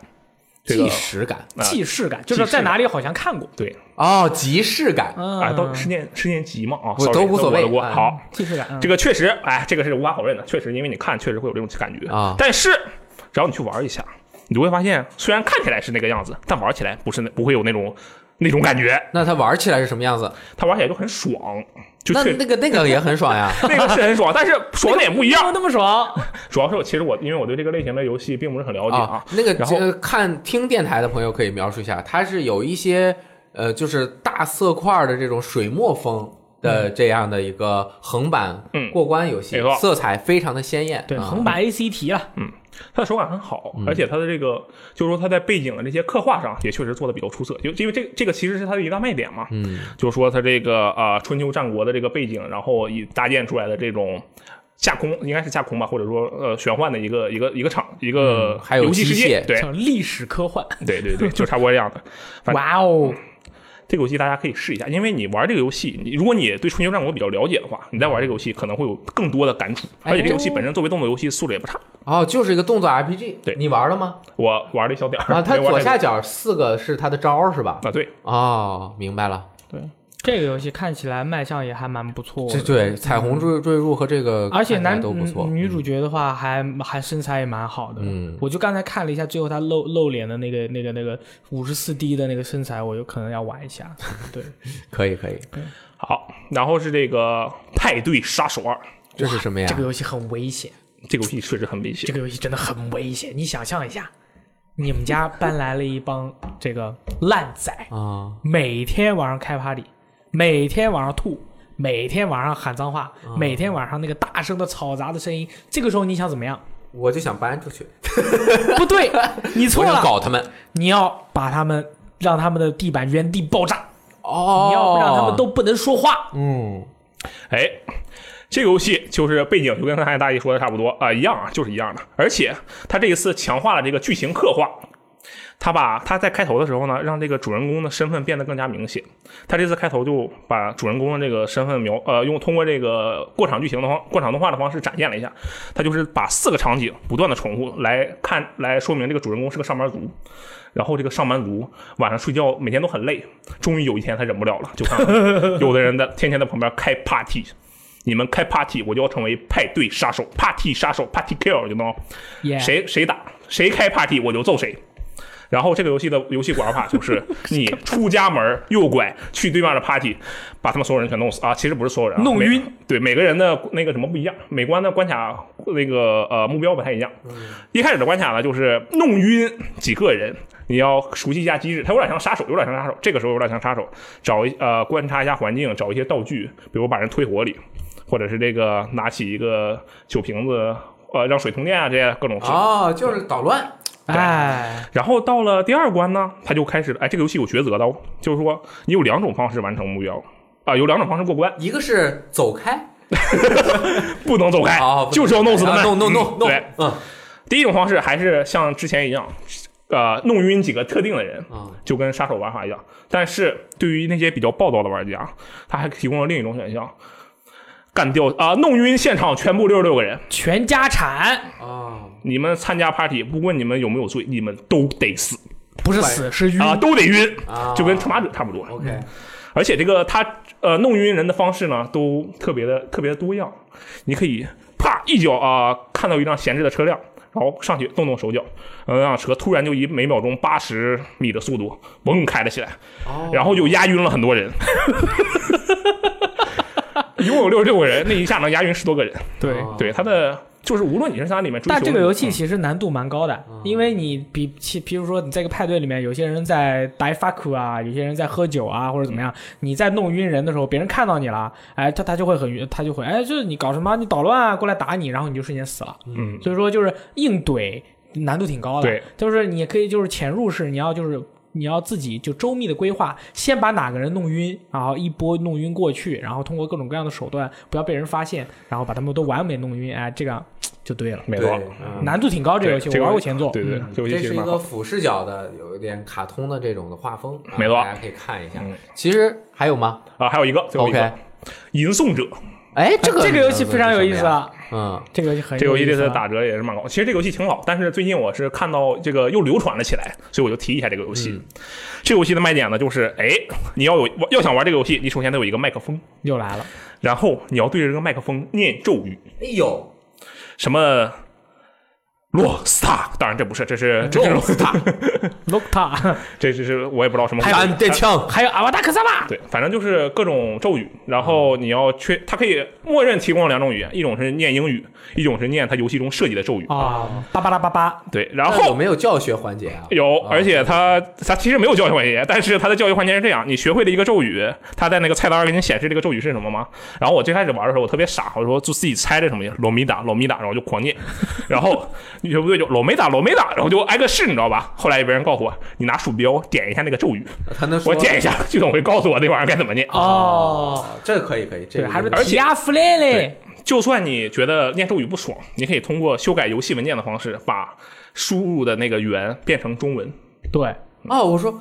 [SPEAKER 3] 这个
[SPEAKER 1] 即时感
[SPEAKER 3] 啊
[SPEAKER 2] 既视感，就是
[SPEAKER 3] 既视
[SPEAKER 2] 在
[SPEAKER 3] 感
[SPEAKER 2] 哪里好像看过。
[SPEAKER 3] 对
[SPEAKER 1] 哦，即视感，
[SPEAKER 3] 啊，
[SPEAKER 2] 啊，
[SPEAKER 3] 都是念是念集嘛啊，
[SPEAKER 1] 不
[SPEAKER 3] sorry，
[SPEAKER 1] 都无所谓
[SPEAKER 3] 我的锅
[SPEAKER 1] 啊
[SPEAKER 3] 好，
[SPEAKER 2] 既视感。嗯
[SPEAKER 3] 这个确实，哎，这个是无法否认的，确实，因为你看确实会有这种感觉
[SPEAKER 1] 啊
[SPEAKER 3] 但是只要你去玩一下，你就会发现，虽然看起来是那个样子，但玩起来不是那不会有那种那种感觉，
[SPEAKER 1] 那它玩起来是什么样子？
[SPEAKER 3] 它玩起来就很爽，就
[SPEAKER 1] 那
[SPEAKER 3] 确
[SPEAKER 1] 那个那个也很爽呀，
[SPEAKER 3] 那个是很爽，但是爽的也不一
[SPEAKER 2] 为什
[SPEAKER 3] 样。啊
[SPEAKER 2] 么那么爽？
[SPEAKER 3] 主要是我其实我因为我对这个类型的游戏并不是很了解
[SPEAKER 1] 啊
[SPEAKER 3] 啊，，
[SPEAKER 1] 那个
[SPEAKER 3] 然后
[SPEAKER 1] 这看听电台的朋友可以描述一下，它是有一些呃，就是大色块的这种水墨风的这样的一个横版
[SPEAKER 3] 嗯
[SPEAKER 1] 过关游戏，
[SPEAKER 3] 没错
[SPEAKER 1] 色彩非常的鲜艳。
[SPEAKER 2] 对，
[SPEAKER 1] 啊
[SPEAKER 2] 横版 ACT 了，
[SPEAKER 3] 它的手感很好，
[SPEAKER 1] 嗯
[SPEAKER 3] 而且它的这个就是说它在背景的这些刻画上也确实做的比较出色，就因为这这个其实是它的一大卖点嘛。
[SPEAKER 1] 嗯，
[SPEAKER 3] 就是说它这个呃春秋战国的这个背景，然后以搭建出来的这种。架空应该是架空吧，或者说呃玄幻的一个一个一个场一个
[SPEAKER 1] 嗯还有
[SPEAKER 3] 游戏世界，
[SPEAKER 1] 机
[SPEAKER 3] 对
[SPEAKER 2] 叫历史科幻。
[SPEAKER 3] 对 对对，就差不多这样的。反正
[SPEAKER 2] 哇哦，
[SPEAKER 3] 这个游戏大家可以试一下，因为你玩这个游戏，你如果你对春秋战国比较了解的话，你在玩这个游戏可能会有更多的感触。
[SPEAKER 1] 哎
[SPEAKER 3] 而且这个游戏本身作为动作游戏素质也不差，
[SPEAKER 1] 哦，就是一个动作 RPG。
[SPEAKER 3] 对
[SPEAKER 1] 你玩了 吗？
[SPEAKER 3] 我玩了一小点儿
[SPEAKER 1] 啊，它
[SPEAKER 3] 没玩
[SPEAKER 1] 左
[SPEAKER 3] 太
[SPEAKER 1] 下角四个是它的招儿是 吧？
[SPEAKER 3] 多啊对，
[SPEAKER 1] 哦，明白了。
[SPEAKER 2] 这个游戏看起来卖相也还蛮不错
[SPEAKER 1] 这
[SPEAKER 2] 的。
[SPEAKER 1] 对彩虹坠坠入和这个
[SPEAKER 2] 而且
[SPEAKER 1] 看
[SPEAKER 2] 嗯
[SPEAKER 1] 起来
[SPEAKER 2] 男
[SPEAKER 1] 都不错。
[SPEAKER 2] 女主角的话还还身材也蛮好的，
[SPEAKER 1] 嗯
[SPEAKER 2] 我就刚才看了一下，最后她露露脸的那个那个那个五十四 D 的那个身材，我有可能要玩一下。 对，
[SPEAKER 1] 可以可以，
[SPEAKER 3] 好，然后是这个派对杀手二，
[SPEAKER 1] 这是什么呀
[SPEAKER 2] 这？个游戏很危险，
[SPEAKER 3] 这个游戏确实很危险
[SPEAKER 2] 这。个游戏真的很危险。你想象一下，你们家搬来了一帮这个烂仔，
[SPEAKER 1] 啊，
[SPEAKER 2] 每天晚上开 party，每天晚上吐，每天晚上喊脏话，
[SPEAKER 1] 啊
[SPEAKER 2] 每天晚上那个大声的嘈杂的声音，这个时候你想怎么样？
[SPEAKER 1] 我就想搬出去，
[SPEAKER 2] 不对，你错
[SPEAKER 1] 我想
[SPEAKER 2] 了，
[SPEAKER 1] 搞他们。
[SPEAKER 2] 你要把他们让他们的地板原地爆炸，
[SPEAKER 1] 哦，
[SPEAKER 2] 你要让他们都不能说话。
[SPEAKER 1] 嗯
[SPEAKER 3] 哎，这个游戏就是背景就跟刚才大姨说的差不多啊、一样啊，就是一样的。而且他这一次强化了这个剧情刻画，他把他在开头的时候呢，让这个主人公的身份变得更加明显。他这次开头就把主人公的这个身份描呃，用通过这个过场剧情的方过场动画的方式展现了一下。他就是把四个场景不断的重复来看来说明这个主人公是个上班族。然后这个上班族晚上睡觉每天都很累，终于有一天他忍不了了，就看有的人在天天在旁边开 party，你们开 party，我就要成为派对杀手，party
[SPEAKER 2] 哎
[SPEAKER 3] 杀手，party kill，you know，
[SPEAKER 2] 耶，
[SPEAKER 3] 谁谁打谁开 party 我就揍谁。然后这个游戏的游戏玩法就是 你出家门右拐去对面的 party，把他们所有人全弄死啊！其实不是所有人啊，
[SPEAKER 2] 弄
[SPEAKER 3] 每
[SPEAKER 2] 晕。
[SPEAKER 3] 对，每个人的那个什么不一样，每关的关卡那个呃目标不太一样。一开始的关卡呢，就是弄晕几个人。你要熟悉一下机制，它有点像杀手，有点像杀手。这个时候有点像杀手，找一呃观察一下环境，找一些道具，比如把人推火里，或者是这个拿起一个酒瓶子，呃，让水通电啊，这些各种事。
[SPEAKER 1] 哦，就是捣乱，
[SPEAKER 2] 哎，
[SPEAKER 3] 然后到了第二关呢，他就开始了，哎，这个游戏有抉择的哦，就是说你有两种方式完成目标。啊，有两种方式过关，
[SPEAKER 1] 一个是走开，
[SPEAKER 3] 不能走开，
[SPEAKER 1] 哦，
[SPEAKER 3] 哎就是要弄死他们。
[SPEAKER 1] 弄弄弄
[SPEAKER 3] 嗯
[SPEAKER 1] 弄
[SPEAKER 3] 对，，
[SPEAKER 1] 嗯
[SPEAKER 3] 第一种方式还是像之前一样，呃，弄晕几个特定的人，
[SPEAKER 1] 啊，
[SPEAKER 3] 就跟杀手玩法一样。但是对于那些比较暴躁的玩家，他还提供了另一种选项，干掉啊、弄晕现场全部六十六个人。
[SPEAKER 2] 全家产
[SPEAKER 1] 哦，
[SPEAKER 3] 你们参加 party，不管你们有没有罪，你们都得死
[SPEAKER 2] 不是死是晕
[SPEAKER 3] 啊、都得晕，
[SPEAKER 1] 啊
[SPEAKER 3] 就跟他妈者差不多。
[SPEAKER 1] OK，
[SPEAKER 3] 而且这个他呃弄晕人的方式呢，都特别的特别的多样。你可以啪一脚啊、看到一辆闲置的车辆，然后上去动动手脚，然后那辆车突然就以每秒钟八十米的速度嗡开了起来，
[SPEAKER 1] 哦
[SPEAKER 3] 然后就压晕了很多人。 一共有六十六个人，那一下能压晕十多个人。
[SPEAKER 2] 对。
[SPEAKER 1] 哦
[SPEAKER 3] 对，他的就是无论你是在里面追求，
[SPEAKER 2] 但这个游戏
[SPEAKER 3] 嗯
[SPEAKER 2] 其实难度蛮高的，
[SPEAKER 1] 嗯
[SPEAKER 2] 因为你比其，比如说你在一个派对里面，有些人在 die fuck 啊，有些人在喝酒啊，或者怎么样，
[SPEAKER 1] 嗯
[SPEAKER 2] 你在弄晕人的时候，别人看到你了，哎，他他就会很晕，他就会哎，就是你搞什么，你捣乱啊，过来打你，然后你就瞬间死了。
[SPEAKER 3] 嗯，
[SPEAKER 2] 所以说就是硬怼难度挺高的，
[SPEAKER 3] 对，
[SPEAKER 2] 就是你可以就是潜入式，你要就是。你要自己就周密的规划，先把哪个人弄晕，然后一波弄晕过去，然后通过各种各样的手段，不要被人发现，然后把他们都完美弄晕，哎，这样就对了。
[SPEAKER 3] 没
[SPEAKER 1] 对
[SPEAKER 3] 错，
[SPEAKER 1] 嗯
[SPEAKER 2] 难度挺高，这
[SPEAKER 3] 对
[SPEAKER 2] 游戏
[SPEAKER 3] 这
[SPEAKER 2] 我
[SPEAKER 3] 个
[SPEAKER 2] 玩过前嗯作，
[SPEAKER 3] 对对，这游戏
[SPEAKER 1] 这
[SPEAKER 3] 其实
[SPEAKER 1] 是一
[SPEAKER 3] 蛮
[SPEAKER 1] 个
[SPEAKER 3] 好。
[SPEAKER 1] 俯视角的，有一点卡通的这种的画风，啊
[SPEAKER 3] 没错
[SPEAKER 1] 大家可以看一下
[SPEAKER 3] 嗯。
[SPEAKER 1] 其实还有吗
[SPEAKER 3] 啊，还有一个最后一个
[SPEAKER 1] ？OK，
[SPEAKER 3] 吟诵者，
[SPEAKER 1] 哎，
[SPEAKER 2] 这
[SPEAKER 1] 个
[SPEAKER 2] 这个游戏非常有意思
[SPEAKER 1] 啊，
[SPEAKER 2] 啊，
[SPEAKER 1] 嗯，
[SPEAKER 2] 这个游戏很
[SPEAKER 3] 这个游戏
[SPEAKER 2] 有意
[SPEAKER 3] 这
[SPEAKER 2] 思
[SPEAKER 3] 次
[SPEAKER 2] 啊
[SPEAKER 3] 打折也是蛮高。其实这个游戏挺老，但是最近我是看到这个又流传了起来，所以我就提一下这个游
[SPEAKER 2] 嗯
[SPEAKER 3] 戏。这个游戏的卖点呢，就是哎，你要有要想玩这个游戏，你首先得有一个麦克风，
[SPEAKER 2] 又来了，
[SPEAKER 3] 然后你要对着这个麦克风念咒语，
[SPEAKER 1] 哎呦，
[SPEAKER 3] 什么洛斯塔，当然这不是，这是这是
[SPEAKER 1] 洛斯
[SPEAKER 3] 塔，
[SPEAKER 2] l o k t a
[SPEAKER 3] 这这是我也不知道什么鬼。
[SPEAKER 1] 干电枪，
[SPEAKER 2] 还有阿瓦达克萨巴，
[SPEAKER 3] 对，反正就是各种咒语，然后你要确，它可以默认提供了两种语言，一种是念英语，一种是念它游戏中设计的咒语。
[SPEAKER 2] 啊，巴巴拉巴巴，
[SPEAKER 3] 对，然
[SPEAKER 1] 那有
[SPEAKER 3] 后
[SPEAKER 1] 没有教学环节啊？
[SPEAKER 3] 有，
[SPEAKER 1] 啊
[SPEAKER 3] 而且它它其实没有教学环节，但是它的教学环节是这样：你学会了一个咒语，它在那个菜单给你显示这个咒语是什么吗？然后我最开始玩的时候，我特别傻，我说就自己猜这什么呀，罗米达，罗米达，然后就狂念， 然后你学不对就罗梅达，罗梅达，然后就挨个试，你知道吧？后来也被人告诉我，你拿鼠标点一下那个咒语，
[SPEAKER 1] 他能说
[SPEAKER 3] 我点一下，系统会告诉我那玩意儿该怎么念。
[SPEAKER 2] 哦，
[SPEAKER 1] 这可以可以，这
[SPEAKER 2] 对，
[SPEAKER 1] 个
[SPEAKER 2] 还是
[SPEAKER 1] 有意思
[SPEAKER 3] 而且
[SPEAKER 2] 提亚弗雷嘞，
[SPEAKER 3] 就算你觉得念咒语不爽，你可以通过修改游戏文件的方式，把输入的那个语言变成中文。
[SPEAKER 2] 对，
[SPEAKER 1] 哦，我说，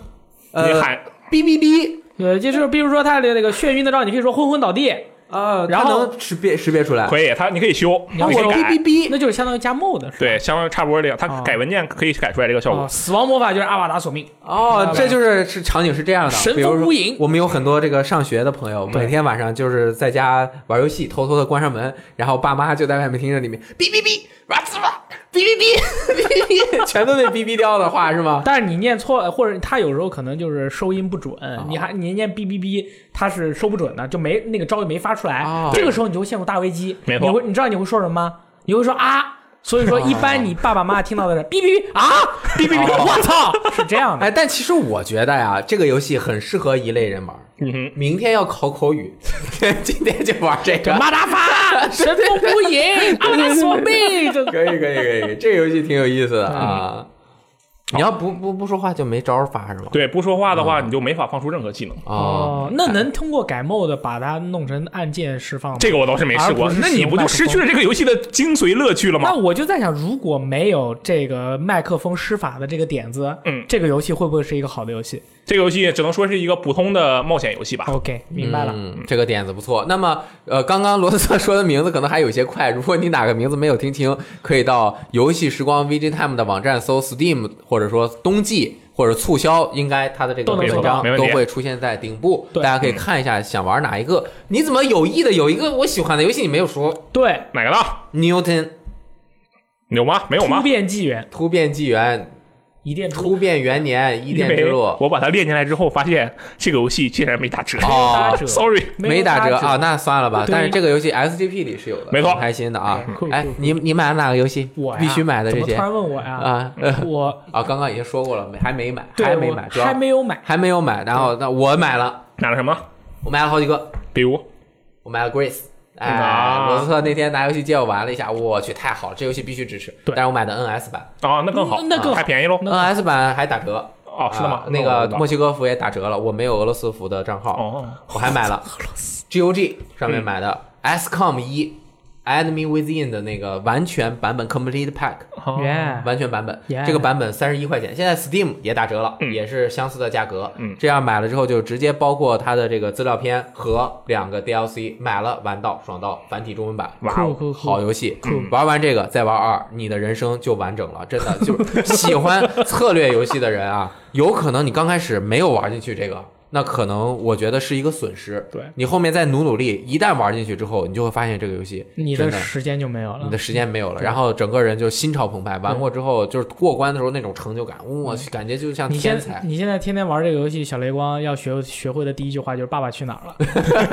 [SPEAKER 3] 你
[SPEAKER 1] 呃，
[SPEAKER 3] 喊
[SPEAKER 1] 哔哔哔
[SPEAKER 2] 呃，就是比如说他的那个眩晕的照，你可以说昏昏倒地，
[SPEAKER 1] 啊，
[SPEAKER 2] 然
[SPEAKER 1] 它
[SPEAKER 2] 后
[SPEAKER 1] 能识别识别出来。
[SPEAKER 3] 可以，它你可以修，你
[SPEAKER 2] 要
[SPEAKER 3] 可
[SPEAKER 1] 我
[SPEAKER 3] 以
[SPEAKER 1] 哔
[SPEAKER 3] 改
[SPEAKER 1] 哔，哔，
[SPEAKER 2] 那就是相当于加 mod 是吧？
[SPEAKER 3] 对，相当于差不多这样。它
[SPEAKER 2] 哦
[SPEAKER 3] 改文件可以改出来这个效
[SPEAKER 2] 哦，
[SPEAKER 3] 果。
[SPEAKER 2] 死亡魔法就是阿瓦达索命，
[SPEAKER 1] 哦，这就是是场景是这样的，
[SPEAKER 2] 神
[SPEAKER 1] 比如
[SPEAKER 2] 风
[SPEAKER 1] 说
[SPEAKER 2] 无影
[SPEAKER 1] 我们有很多这个上学的朋友，每天晚上就是在家玩游戏，偷偷的关上门，然后爸妈就在外面听着里面哔哔哔，哇滋哇，哔哔哔，哔哔 哔，全都被哔哔掉的话是吗？
[SPEAKER 2] 但是你念错，或者他有时候可能就是收音不准，你还你念哔哔哔，他是收不准的，就没那个招就没发出来。
[SPEAKER 1] 哦
[SPEAKER 2] 这个时候你就会陷入大危机。
[SPEAKER 3] 没错
[SPEAKER 2] 你会你知道你会说什么吗？你会说啊，所以说一般你爸爸妈妈听到的是哔哔哔啊，哔哔哔，我操，是这样的。
[SPEAKER 1] 哎，但其实我觉得呀，这个游戏很适合一类人玩。
[SPEAKER 3] 嗯哼，
[SPEAKER 1] 明天要考口语， 今天就玩 这
[SPEAKER 2] 这
[SPEAKER 1] 个。
[SPEAKER 2] 马达法，神风无影，阿拉索命，这
[SPEAKER 1] 可以可以可以，这个游戏挺有意思的啊。你要不不不说话就没招儿发是吗？
[SPEAKER 3] 嗯对，不说话的
[SPEAKER 2] 啊
[SPEAKER 3] 话，你就没法放出任何技能。
[SPEAKER 1] 哦，，
[SPEAKER 2] 那能通过改 mod 把它弄成按键释放吗？
[SPEAKER 3] 这个我倒是没试过
[SPEAKER 2] 而不。是
[SPEAKER 3] 那你不就失去了这个游戏的精髓乐趣了
[SPEAKER 2] 那
[SPEAKER 3] 吗？
[SPEAKER 2] 我就在想，如果没有这个麦克风施法的这个点子，
[SPEAKER 3] 嗯
[SPEAKER 2] 这个游戏会不会是一个好的游戏
[SPEAKER 3] 这个游戏只能说是一个普通的冒险游戏吧。
[SPEAKER 2] ？OK，明白了。
[SPEAKER 1] 嗯，这个点子不错。那么，呃，刚刚罗斯特说的名字可能还有些快，如果你哪个名字没有听清，可以到游戏时光 VG Time 的网站搜 Steam，或者说冬季或者促销，应该它的这个
[SPEAKER 2] 都能
[SPEAKER 1] 文
[SPEAKER 2] 搜
[SPEAKER 1] 章
[SPEAKER 2] 到
[SPEAKER 3] 没问
[SPEAKER 1] 都
[SPEAKER 3] 题
[SPEAKER 1] 会出现在顶部，大
[SPEAKER 2] 对
[SPEAKER 1] 家可以看一下想玩哪一个。你怎么有意的有一个我喜欢的游戏你没有说
[SPEAKER 2] 对，
[SPEAKER 3] 哪个呢？
[SPEAKER 1] ？Newton
[SPEAKER 3] 有吗？没有
[SPEAKER 2] 突
[SPEAKER 3] 吗？
[SPEAKER 2] 变纪元
[SPEAKER 1] 突变纪元
[SPEAKER 2] 一电出
[SPEAKER 1] 突变元年，伊
[SPEAKER 3] 因
[SPEAKER 1] 甸之
[SPEAKER 3] 为
[SPEAKER 1] 路，
[SPEAKER 3] 我把它练进来之后，发现这个游戏竟然没打折。
[SPEAKER 1] 哦
[SPEAKER 2] 打折
[SPEAKER 3] Sorry，
[SPEAKER 1] 没打折
[SPEAKER 2] 折
[SPEAKER 1] 啊，那算了吧。
[SPEAKER 2] 对
[SPEAKER 1] 但是这个游戏 SGP 里是有的，
[SPEAKER 3] 没错
[SPEAKER 1] 很开心的啊
[SPEAKER 2] 哎酷。
[SPEAKER 1] 哎
[SPEAKER 2] 酷酷，
[SPEAKER 1] 你你买了哪个游戏？
[SPEAKER 2] 我呀
[SPEAKER 1] 必须买的这
[SPEAKER 2] 怎么
[SPEAKER 1] 些
[SPEAKER 2] 突然问我呀？
[SPEAKER 1] 啊呃
[SPEAKER 2] 我
[SPEAKER 1] 啊，刚刚已经说过了，没还没买，
[SPEAKER 2] 对
[SPEAKER 1] 还没
[SPEAKER 2] 我
[SPEAKER 1] 买，主要
[SPEAKER 2] 还没有买。
[SPEAKER 1] 还没有买。然后那我买了，
[SPEAKER 3] 买了什么？
[SPEAKER 1] 我买了好几个，
[SPEAKER 3] 比如
[SPEAKER 1] 我买了 Grace。哎，
[SPEAKER 3] 啊
[SPEAKER 1] 罗斯特那天拿游戏借我玩了一下，我去太好了，这游戏必须支持。
[SPEAKER 2] 对
[SPEAKER 1] 但是我买的 NS 版
[SPEAKER 3] 啊，那更好，
[SPEAKER 2] 那那更好
[SPEAKER 3] 还便宜喽。
[SPEAKER 1] ，NS 版还打折
[SPEAKER 3] 嗯哦，是的吗
[SPEAKER 1] 啊？那
[SPEAKER 3] 我
[SPEAKER 1] 个
[SPEAKER 3] 不知道
[SPEAKER 1] 墨西哥服也打折了，我没有俄罗斯服的账号，
[SPEAKER 3] 哦，
[SPEAKER 1] 我还买了 GOG 上面买的 SCOM 一 Enemy Within 的那个完全版本 Complete Pack，
[SPEAKER 3] 哦
[SPEAKER 2] 耶，
[SPEAKER 1] 完全版本，
[SPEAKER 2] Yeah
[SPEAKER 1] 这个版本三十一块钱，现在 Steam 也打折了，
[SPEAKER 3] 嗯
[SPEAKER 1] 也是相似的价格。
[SPEAKER 3] 嗯
[SPEAKER 1] 这样买了之后就直接包括它的这个资料片和两个 DLC，买了玩到爽到繁体中文版。
[SPEAKER 3] 哇
[SPEAKER 2] 酷
[SPEAKER 3] 哦，
[SPEAKER 2] 酷
[SPEAKER 1] 好
[SPEAKER 2] 酷！
[SPEAKER 1] 游戏
[SPEAKER 3] 酷，
[SPEAKER 1] 玩完这个再玩二，你的人生就完整了。真的，就是喜欢策略游戏的人啊，有可能你刚开始没有玩进去这个，那可能我觉得是一个损失。
[SPEAKER 3] 对
[SPEAKER 1] 你后面再努努力，一旦玩进去之后，你就会发现这个游戏
[SPEAKER 2] 你
[SPEAKER 1] 真
[SPEAKER 2] 的
[SPEAKER 1] 的
[SPEAKER 2] 时间就没有
[SPEAKER 1] 你
[SPEAKER 2] 了
[SPEAKER 1] 的。时间没有了，然后整个人就心潮澎湃。玩过之后，就是过关的时候那种成就感，我去，感觉就像
[SPEAKER 2] 你
[SPEAKER 1] 天
[SPEAKER 2] 现
[SPEAKER 1] 才。
[SPEAKER 2] 嗯你现在天天玩这个游戏，小雷光要学学会的第一句话就是“爸爸去哪儿了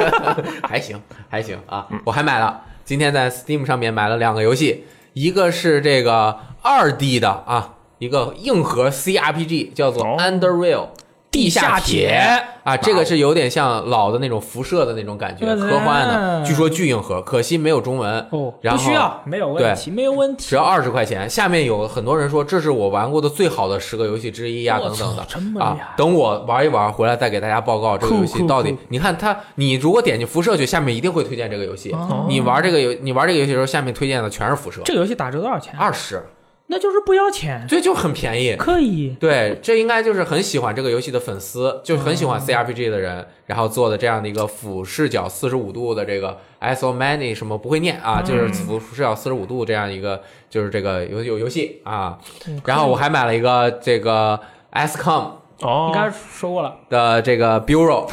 [SPEAKER 1] 还行，还行啊！我还买了，今天在 Steam 上面买了两个游戏，一个是这个二 D 的啊，一个硬核 CRPG，叫做
[SPEAKER 3] 哦
[SPEAKER 1] Underreal。地下
[SPEAKER 2] 下
[SPEAKER 1] 铁
[SPEAKER 2] 铁
[SPEAKER 1] 啊，这个是有点像老的那种辐射的那种感觉，
[SPEAKER 2] 哇塞
[SPEAKER 1] 科幻的，据说巨硬核，可惜没有中文”。。
[SPEAKER 2] 哦，
[SPEAKER 1] 然
[SPEAKER 2] 不
[SPEAKER 1] 后
[SPEAKER 2] 需要，没有问题，没有问题。
[SPEAKER 1] 只要二十块钱。下面有很多人说这是我玩过的最好的十个游戏之一呀、
[SPEAKER 2] 我
[SPEAKER 1] 等等的
[SPEAKER 2] 操这么厉害
[SPEAKER 1] 啊。等我玩一玩，回来再给大家报告这个游戏
[SPEAKER 2] 酷
[SPEAKER 1] 到底
[SPEAKER 2] 酷。
[SPEAKER 1] 你看它，你如果点进辐射去，下面一定会推荐这个游戏
[SPEAKER 2] 哦。
[SPEAKER 1] 你玩这个游，你玩这个游戏的时候，下面推荐的全是辐射，
[SPEAKER 2] 这个游戏打折多少钱？啊
[SPEAKER 1] 二十，
[SPEAKER 2] 那就是不要钱，
[SPEAKER 1] 这就很便宜。
[SPEAKER 2] 可以。
[SPEAKER 1] 对，这应该就是很喜欢这个游戏的粉丝，就是很喜
[SPEAKER 2] 哦
[SPEAKER 1] 欢 CRPG 的人，然后做的这样的一个俯视角四十五度的这个 ISO many 什么不会念啊，就是
[SPEAKER 2] 嗯
[SPEAKER 1] 俯俯视角四十五度这样一个就是这个游有游戏啊。然后我还买了一个这个 SCOM
[SPEAKER 3] 哦，
[SPEAKER 2] 你刚才说过 了
[SPEAKER 1] 的这个 Bureau，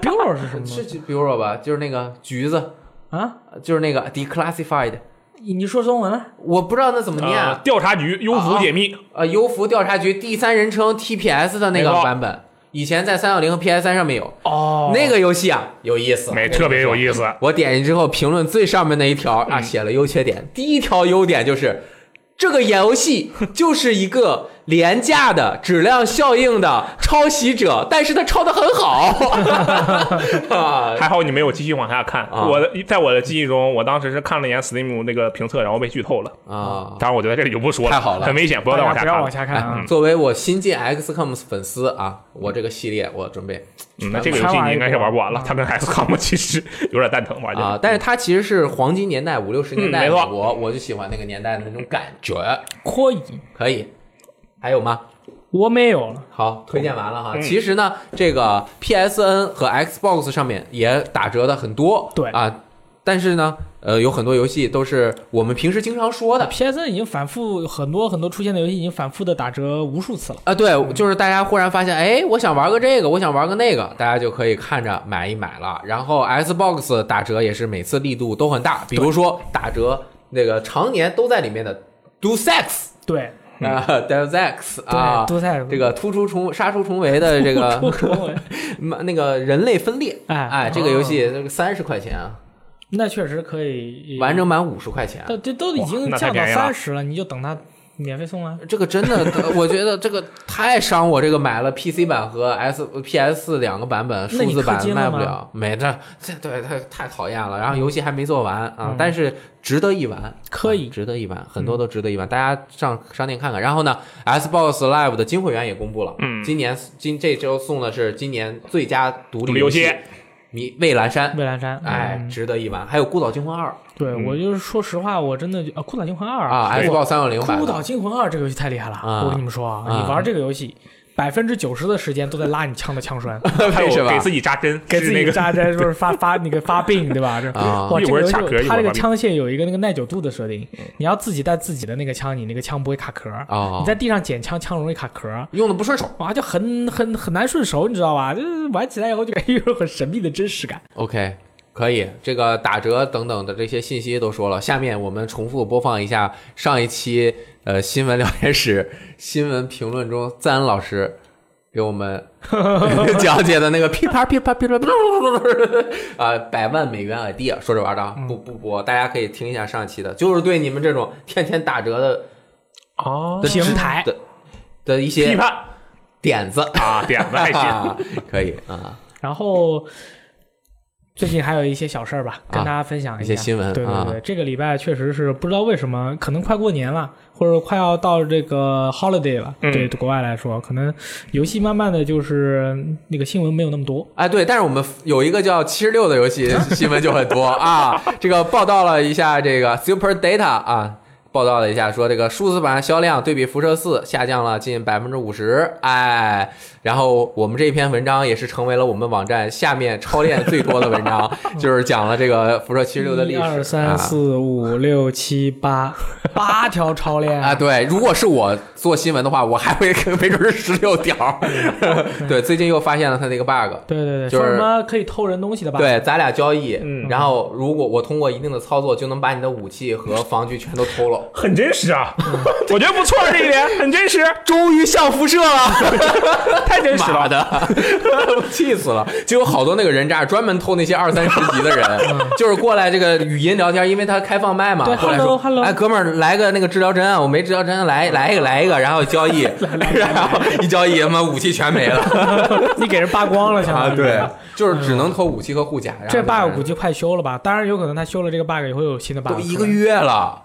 [SPEAKER 2] ，Bureau 是什么
[SPEAKER 1] 是
[SPEAKER 2] 东西
[SPEAKER 1] 是 Bureau 吧？就是那个橘子， 呃
[SPEAKER 2] 啊？
[SPEAKER 1] 就是那个 declassified，
[SPEAKER 2] 你你说中文了？
[SPEAKER 1] 我不知道那怎么念
[SPEAKER 3] 呃
[SPEAKER 1] 啊。
[SPEAKER 3] 调查局优
[SPEAKER 1] 啊
[SPEAKER 3] 抚解密，
[SPEAKER 1] 呃，优服调查局第三人称 TPS 的那个
[SPEAKER 3] 没错
[SPEAKER 1] 版本，以前在三六零和 PS 三上面有。
[SPEAKER 2] 哦
[SPEAKER 1] 那个游戏啊，有意思，
[SPEAKER 3] 没特别有意
[SPEAKER 1] 思。
[SPEAKER 2] 啊
[SPEAKER 3] 思。
[SPEAKER 1] 我点进去之后，评论最上面那一条
[SPEAKER 3] 嗯
[SPEAKER 1] 啊，写了优缺点。第一条优点就是，这个游戏就是一个廉价的、质量效应的抄袭者，但是他抄的很 好。啊
[SPEAKER 3] 还好你没有继续往下看。
[SPEAKER 1] 啊
[SPEAKER 3] 我的在我的记忆中，我当时是看了一眼 Steam 那个评测，然后被剧透了。
[SPEAKER 1] 啊！
[SPEAKER 3] 当然，我觉得这里就不说了，
[SPEAKER 1] 太好了
[SPEAKER 3] 很危险，
[SPEAKER 2] 不
[SPEAKER 3] 不要再往下
[SPEAKER 2] 不要
[SPEAKER 3] 看
[SPEAKER 2] 往
[SPEAKER 3] 了。嗯
[SPEAKER 2] 下看
[SPEAKER 1] 哎
[SPEAKER 2] 啊！，
[SPEAKER 1] 作为我新进 XCOM 粉丝啊，我这个系列我准备
[SPEAKER 3] 嗯，那这个游戏你应该是玩不完啊了。它跟 XCOM 其实有点蛋疼玩
[SPEAKER 1] 啊
[SPEAKER 3] 家。，
[SPEAKER 1] 但是它其实是黄金年代五六十年代
[SPEAKER 3] 嗯没
[SPEAKER 1] 的
[SPEAKER 3] 错
[SPEAKER 1] 美国，我就喜欢那个年代的那种感觉。
[SPEAKER 2] 可以，
[SPEAKER 1] 可以，还有吗？
[SPEAKER 2] 我没有了。
[SPEAKER 1] 好，推荐完了哈。
[SPEAKER 3] 嗯
[SPEAKER 1] 其实呢，这个 PSN 和 Xbox 上面也打折的很多，
[SPEAKER 2] 对
[SPEAKER 1] 啊，但是呢，呃，有很多游戏都是我们平时经常说的。
[SPEAKER 2] PSN 已经反复很多很多出现的游戏已经反复的打折无数次了。
[SPEAKER 1] 啊，对，就是大家忽然发现，哎，我想玩个这个，我想玩个那个，大家就可以看着买一买了。然后 Xbox 打折也是每次力度都很大，比如说打折那个常年都在里面的 Do Sex
[SPEAKER 2] 对
[SPEAKER 1] 啊，Deus Ex 啊
[SPEAKER 2] 嗯对，，都在
[SPEAKER 1] 这个突出重杀出重围的这个
[SPEAKER 2] 出中文，
[SPEAKER 1] 嗯 那个人类分裂，
[SPEAKER 2] 哎
[SPEAKER 1] 哎，这个游戏这个三十块钱啊，
[SPEAKER 2] 那确实可 以
[SPEAKER 1] 完整版五十块钱啊，
[SPEAKER 2] 但这都已经
[SPEAKER 3] 哇那太
[SPEAKER 2] 降到
[SPEAKER 3] 便宜了
[SPEAKER 2] 三十了，你就等它免费送啊。
[SPEAKER 1] 这个真的， 呃我觉得这个太伤我这个买了 PC 版和 S PS 两个版本，数
[SPEAKER 2] 那你
[SPEAKER 1] 字
[SPEAKER 2] 氪
[SPEAKER 1] 版
[SPEAKER 2] 金了
[SPEAKER 1] 卖不
[SPEAKER 2] 吗
[SPEAKER 1] 了，没这这对太太讨厌了。然后游戏还没做完啊，但是值得一玩，
[SPEAKER 2] 嗯可以嗯
[SPEAKER 1] 啊值得一玩，很多都值得一玩，大家上商店看看。然后呢，Xbox Live 的金会员也公布了，
[SPEAKER 3] 嗯
[SPEAKER 1] 今年今这周送的是今年最佳独
[SPEAKER 3] 独
[SPEAKER 1] 立
[SPEAKER 3] 立
[SPEAKER 1] 游
[SPEAKER 3] 游戏
[SPEAKER 1] 《迷蔚蓝山》。
[SPEAKER 2] 蔚蓝山，
[SPEAKER 1] 哎，
[SPEAKER 2] 嗯
[SPEAKER 1] 值得一玩。还有《孤岛惊魂二》
[SPEAKER 2] 对
[SPEAKER 3] 嗯
[SPEAKER 2] 我就是说实话，我真的就啊，《孤岛惊魂二》
[SPEAKER 1] 啊
[SPEAKER 2] 我
[SPEAKER 1] ，Xbox 三六零版
[SPEAKER 2] 《
[SPEAKER 1] 的。
[SPEAKER 2] 孤 岛惊魂二》这个游戏太厉害了，
[SPEAKER 1] 啊
[SPEAKER 2] 我跟你们说啊，
[SPEAKER 1] 啊
[SPEAKER 2] 你玩这个游戏，百分之九十的时间都在拉你枪的 枪栓，
[SPEAKER 3] 还
[SPEAKER 1] 为什
[SPEAKER 3] 有
[SPEAKER 1] 么
[SPEAKER 3] 给自己扎针，
[SPEAKER 2] 给自
[SPEAKER 3] 是那
[SPEAKER 2] 己
[SPEAKER 3] 个
[SPEAKER 2] 扎针，就是发发那个发病，对吧？这
[SPEAKER 1] 啊嗯
[SPEAKER 2] 哇，
[SPEAKER 3] 一
[SPEAKER 2] 这
[SPEAKER 3] 会
[SPEAKER 2] 个游
[SPEAKER 3] 儿
[SPEAKER 2] 戏
[SPEAKER 3] 卡壳一会
[SPEAKER 2] 它
[SPEAKER 3] 儿
[SPEAKER 2] 这个
[SPEAKER 3] 发病
[SPEAKER 2] 枪械有一个那个耐久度的设定，你要自己带自己的那个枪，你那个枪不会卡壳。
[SPEAKER 1] 哦
[SPEAKER 2] 你在地上捡枪，枪容易卡壳。
[SPEAKER 1] 用的不顺手。
[SPEAKER 2] 哇，就很很很难顺手，你知道吧？就是玩起来以后就感觉有一种很神秘的真实感。
[SPEAKER 1] OK，可以，这个打折等等的这些信息都说了。下面我们重复播放一下上一期呃新闻聊天室新闻评论中赞恩老师给我们 讲解的那个噼啪噼啪噼啪噼啪啊百万美元 idea，说着玩的啊，
[SPEAKER 2] 嗯
[SPEAKER 1] 不不播，大家可以听一下上一期的，就是对你们这种天天打折的
[SPEAKER 2] 哦
[SPEAKER 1] 的
[SPEAKER 2] 平
[SPEAKER 1] 知
[SPEAKER 2] 台
[SPEAKER 1] 的的一
[SPEAKER 3] 批
[SPEAKER 1] 些
[SPEAKER 3] 判
[SPEAKER 1] 点子，
[SPEAKER 3] 啊，点子还行。
[SPEAKER 1] 啊 可以啊，
[SPEAKER 2] 然后最近还有一些小事儿吧，跟
[SPEAKER 1] 啊
[SPEAKER 2] 大家分享
[SPEAKER 1] 一
[SPEAKER 2] 下。
[SPEAKER 1] 些新闻
[SPEAKER 2] 对对
[SPEAKER 1] 啊
[SPEAKER 2] 对，这个礼拜确实是不知道为什么，可能快过年了，或者快要到这个 holiday 了。
[SPEAKER 3] 嗯
[SPEAKER 2] 对国外来说，可能游戏慢慢的就是嗯那个新闻没有那么多。
[SPEAKER 1] 哎，对，但是我们有一个叫七十六的游戏新闻就很多啊，这个报道了一下这个 Super Data 啊。报道了一下，说这个数字版销量对比辐射四下降了近百分之五十，哎，然后我们这篇文章也是成为了我们网站下面超链最多的文章，就是讲了这个辐射七十六的历
[SPEAKER 2] 一
[SPEAKER 1] 史。
[SPEAKER 2] 二
[SPEAKER 1] 啊
[SPEAKER 2] 三四五六七 八，八条超链
[SPEAKER 1] 啊，！对，如果是我做新闻的话，我还会没准是十六条。 对，最近又发现了他那个 bug。
[SPEAKER 2] 对对对，
[SPEAKER 1] 就
[SPEAKER 2] 说
[SPEAKER 1] 是
[SPEAKER 2] 什么可以偷人东西的吧？
[SPEAKER 1] 对，咱俩交易，
[SPEAKER 3] 嗯
[SPEAKER 1] 然后如果我通过一定的操作，就能把你的武器和防具全都偷了。
[SPEAKER 3] 很真实啊， 我觉得不错啊这一点，很真实，
[SPEAKER 1] 终于像辐射了，
[SPEAKER 3] 太真实
[SPEAKER 1] 妈
[SPEAKER 3] 了。
[SPEAKER 1] 的，气死了！就有好多那个人渣专门偷那些二三十级的人，就是过来这个语音聊天，因为他开放麦嘛，
[SPEAKER 2] 嗯对
[SPEAKER 1] 过来说
[SPEAKER 2] hello，hello
[SPEAKER 1] 哎，哥们儿，来个那个治疗针啊，我没治疗针，来来一个，来一个，然后交易， 然后一交易，他妈武器全没了。
[SPEAKER 2] 你给人扒 光了，相当
[SPEAKER 1] 啊，
[SPEAKER 2] 于
[SPEAKER 1] 对，啊就是只能偷武器和护甲。然后
[SPEAKER 2] 这
[SPEAKER 1] 就
[SPEAKER 2] bug 估计快修了吧？当然有可能他修了这个 bug 以后又有新的 bug
[SPEAKER 1] 都
[SPEAKER 2] 出来。
[SPEAKER 1] 一个月 了，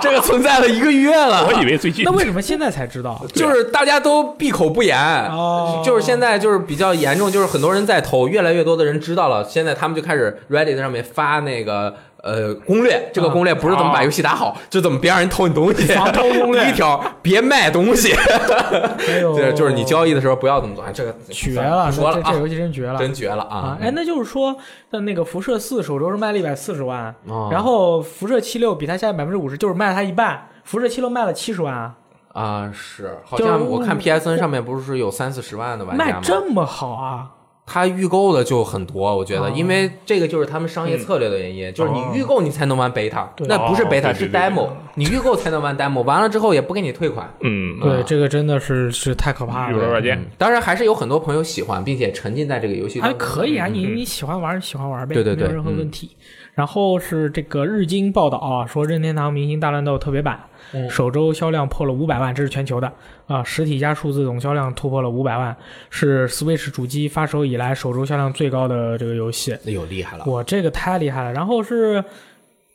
[SPEAKER 1] 这个存在了一个月了。
[SPEAKER 3] 我以为最近
[SPEAKER 2] 那为什么现在才知道？
[SPEAKER 1] 就是大家都闭口不言，
[SPEAKER 2] 哦
[SPEAKER 1] 就是现在就是比较严重，就是很多人在偷，越来越多的人知道了，现在他们就开始 Reddit 上面发那个呃攻
[SPEAKER 2] 啊
[SPEAKER 1] 略，这个攻略不是怎么把游戏打好，就怎么别让人偷你东西。
[SPEAKER 2] 防偷攻 略
[SPEAKER 1] 第一条，别卖东西，
[SPEAKER 2] 哎呦，
[SPEAKER 1] 对，就是你交易的时候不要这么做，哎这个
[SPEAKER 2] 绝了，
[SPEAKER 1] 不说了
[SPEAKER 2] 这这
[SPEAKER 1] 啊，
[SPEAKER 2] 游戏真绝了。
[SPEAKER 1] 真绝了
[SPEAKER 2] 啊
[SPEAKER 1] 啊！，
[SPEAKER 2] 哎，那就是说，那那个辐射四首周是卖了一百四十万，
[SPEAKER 1] 哦
[SPEAKER 2] 然后辐射七六比它下百分之五十，就是卖了它一半。辐射七六卖了七十万啊，
[SPEAKER 1] 啊，是，好
[SPEAKER 2] 就是
[SPEAKER 1] 像我看 PSN 上面不是有三四十万的玩家
[SPEAKER 2] 卖
[SPEAKER 1] 吗？
[SPEAKER 2] 这么好啊！
[SPEAKER 1] 他预购的就很多，我觉得，
[SPEAKER 2] 哦嗯
[SPEAKER 1] 因为这个就是他们商业策略的原因，就是你预购你才能玩 beta，
[SPEAKER 2] 对
[SPEAKER 1] 那不是
[SPEAKER 3] 哦
[SPEAKER 1] beta
[SPEAKER 3] 对
[SPEAKER 1] 是
[SPEAKER 3] 对对
[SPEAKER 1] demo，你预购才能玩 demo，完了之后也不给你退款。
[SPEAKER 3] 嗯，
[SPEAKER 1] 对
[SPEAKER 2] 这个真的是是太可怕
[SPEAKER 3] 预购软件
[SPEAKER 1] 嗯，当然还是有很多朋友喜欢，并且沉浸在这个游戏当
[SPEAKER 2] 还
[SPEAKER 1] 中。
[SPEAKER 2] 可以啊，你
[SPEAKER 3] 嗯
[SPEAKER 2] 你喜欢玩儿喜欢玩儿呗，
[SPEAKER 1] 对对对
[SPEAKER 2] 没有任何
[SPEAKER 1] 嗯
[SPEAKER 2] 问题。然后是这个日经报道啊，说任天堂明星大乱斗特别版
[SPEAKER 1] 嗯
[SPEAKER 2] 首周销量破了五百万，这是全球的啊，实体加数字总销量突破了五百万，是 Switch 主机发售以来首周销量最高的这个游戏。
[SPEAKER 1] 那有哎厉害了，
[SPEAKER 2] 我这个太厉害了。然后是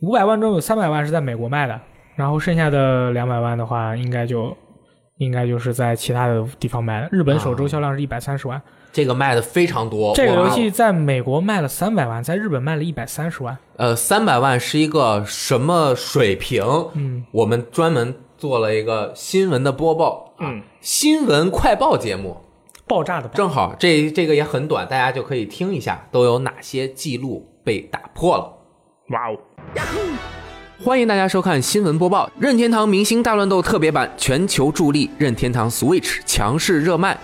[SPEAKER 2] 五百万中有三百万是在美国卖的，然后剩下的两百万的话，应该就应该就是在其他的地方卖的。日本首
[SPEAKER 1] 啊
[SPEAKER 2] 周销量是一百三十万，
[SPEAKER 1] 这个卖的非常多。
[SPEAKER 2] 这个
[SPEAKER 1] 哇
[SPEAKER 2] 游戏在美国卖了三百万，在日本卖了一百三十万。
[SPEAKER 1] 呃三百万是一个什么水平？
[SPEAKER 2] 嗯，
[SPEAKER 1] 我们专门做了一个新闻的播报，啊
[SPEAKER 3] 嗯，
[SPEAKER 1] 新闻快报节目。
[SPEAKER 2] 爆炸的爆。
[SPEAKER 1] 正好这这个也很短，大家就可以听一下都有哪些记录被打破了。
[SPEAKER 3] 哇哦，
[SPEAKER 1] 欢迎大家收看新闻播报，任天堂明星大乱斗特别版全球助力任天堂 Switch 强势热卖。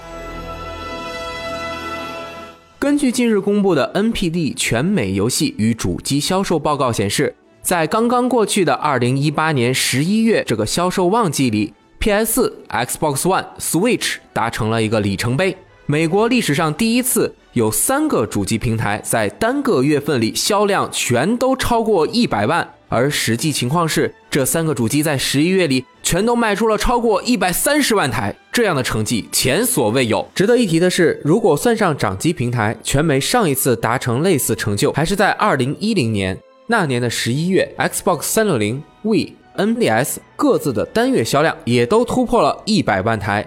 [SPEAKER 1] 根据近日公布的 NPD 全美游戏与主机销售报告显示，在刚刚过去的2018年11月这个销售旺季里，PS、Xbox One、Switch 达成了一个里程碑。美国历史上第一次有三个主机平台在单个月份里销量全都超过一百万，而实际情况是，这三个主机在十一月里全都卖出了超过一百三十万台，这样的成绩前所未有。值得一提的是，如果算上掌机平台，全美上一次达成类似成就还是在二零一零年，那年的十一月，Xbox 三六零、We、NDS 各自的单月销量也都突破了一百万台。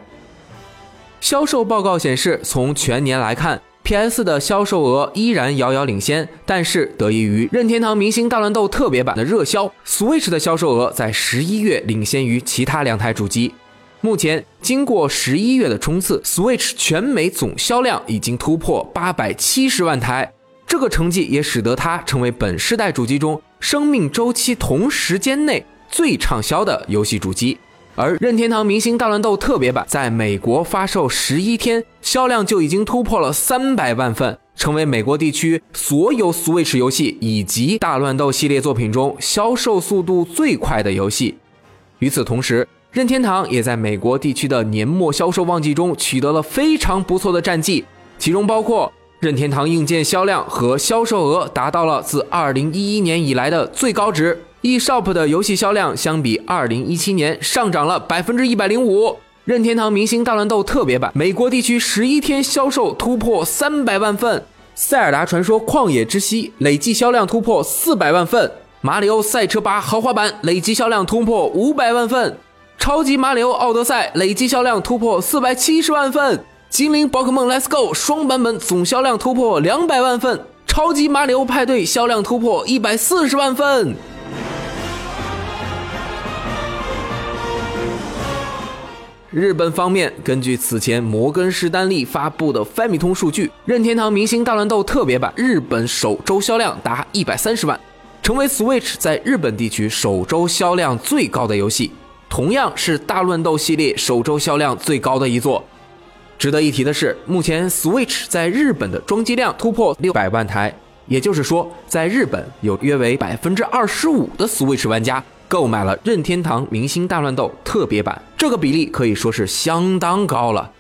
[SPEAKER 1] 销售报告显示，从全年来看，PS 的销售额依然遥遥领先，但是得益于任天堂明星大乱斗特别版的热销，Switch 的销售额在十一月领先于其他两台主机。目前，经过十一月的冲刺，Switch 全美总销量已经突破八百七十万台，这个成绩也使得它成为本世代主机中生命周期同时间内最畅销的游戏主机。而任天堂明星大乱斗特别版在美国发售十一天，销量就已经突破了三百万份，成为美国地区所有 Switch 游戏以及大乱斗系列作品中销售速度最快的游戏。与此同时，任天堂也在美国地区的年末销售旺季中取得了非常不错的战绩，其中包括任天堂硬件销量和销售额达到了自2011年以来的最高值。eShop 的游戏销量相比2017年上涨了百分之一百零五。任天堂明星大乱斗特别版美国地区十一天销售突破三百万份，《塞尔达传说：旷野之息》累计销量突破四百万份，《马里奥赛车八豪华版》累计销量突破五百万份。超级马里奥奥德赛累计销量突破四百七十万份，精灵宝可梦 Let's Go 双版本总销量突破两百万份，超级马里奥派对销量突破一百四十万份。日本方面，根据此前摩根士丹利发布的 f a m i 通数据，任天堂明星大乱斗特别版日本首周销量达一百三十万，成为 Switch 在日本地区首周销量最高的游戏，同样是大乱斗系列首周销量最高的一座。值得一提的是，目前 Switch 在日本的装机量突破六百万台，也就是说，在日本有约为百分之二十五的 Switch 玩家购买了任天堂《明星大乱斗》特别版，这个比例可以说是相当高了。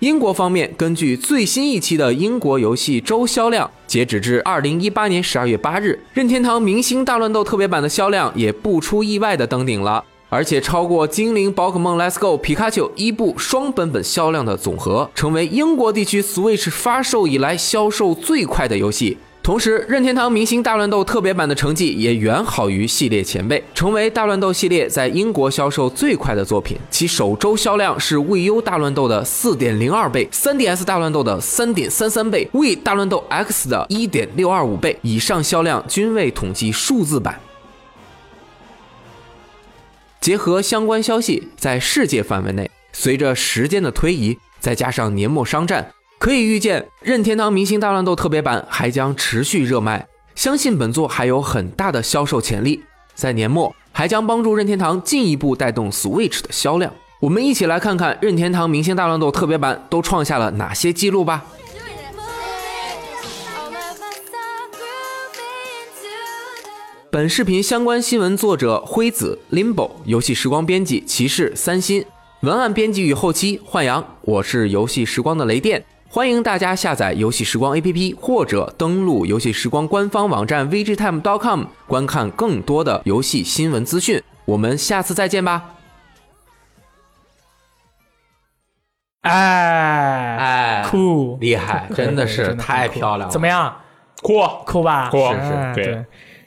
[SPEAKER 1] 英国方面，根据最新一期的英国游戏周销量，截止至二零一八年十二月八日，任天堂《明星大乱斗》特别版的销量也不出意外的登顶了，而且超过《精灵宝可梦 Let's Go》、皮卡丘伊布双版本销量的总和，成为英国地区 Switch 发售以来销售最快的游戏。同时，任天堂《明星大乱斗》特别版的成绩也远好于系列前辈，成为大乱斗系列在英国销售最快的作品。其首周销量是 Wii U 大乱斗的4.02倍，3DS 大乱斗的3.33倍，Wii 大乱斗 X 的1.625倍。以上销量均未统计数字版。结合相关消息，在世界范围内，随着时间的推移，再加上年末商战，可以预见，任天堂《明星大乱斗》特别版还将持续热卖，相信本作还有很大的销售潜力，在年末还将帮助任天堂进一步带动 Switch 的销量。我们一起来看看任天堂《明星大乱斗》特别版都创下了哪些记录吧。本视频相关新闻作者辉子 Limbo，游戏时光编辑骑士三星，文案编辑与后期焕阳。我是游戏时光的雷电，欢迎大家下载游戏时光 APP 或者登录游戏时光官方网站 vgtime.com 观看更多的游戏新闻资讯。我们下次再见吧！
[SPEAKER 2] 哎，
[SPEAKER 1] 哎
[SPEAKER 2] 酷，
[SPEAKER 1] 厉害，真的是
[SPEAKER 2] 真的很
[SPEAKER 1] 太
[SPEAKER 2] 酷
[SPEAKER 1] 漂亮了。
[SPEAKER 2] 怎么？样？
[SPEAKER 3] 酷，啊
[SPEAKER 2] 酷吧？
[SPEAKER 3] 酷
[SPEAKER 1] 是嗯
[SPEAKER 2] 哎
[SPEAKER 3] 对
[SPEAKER 2] 对。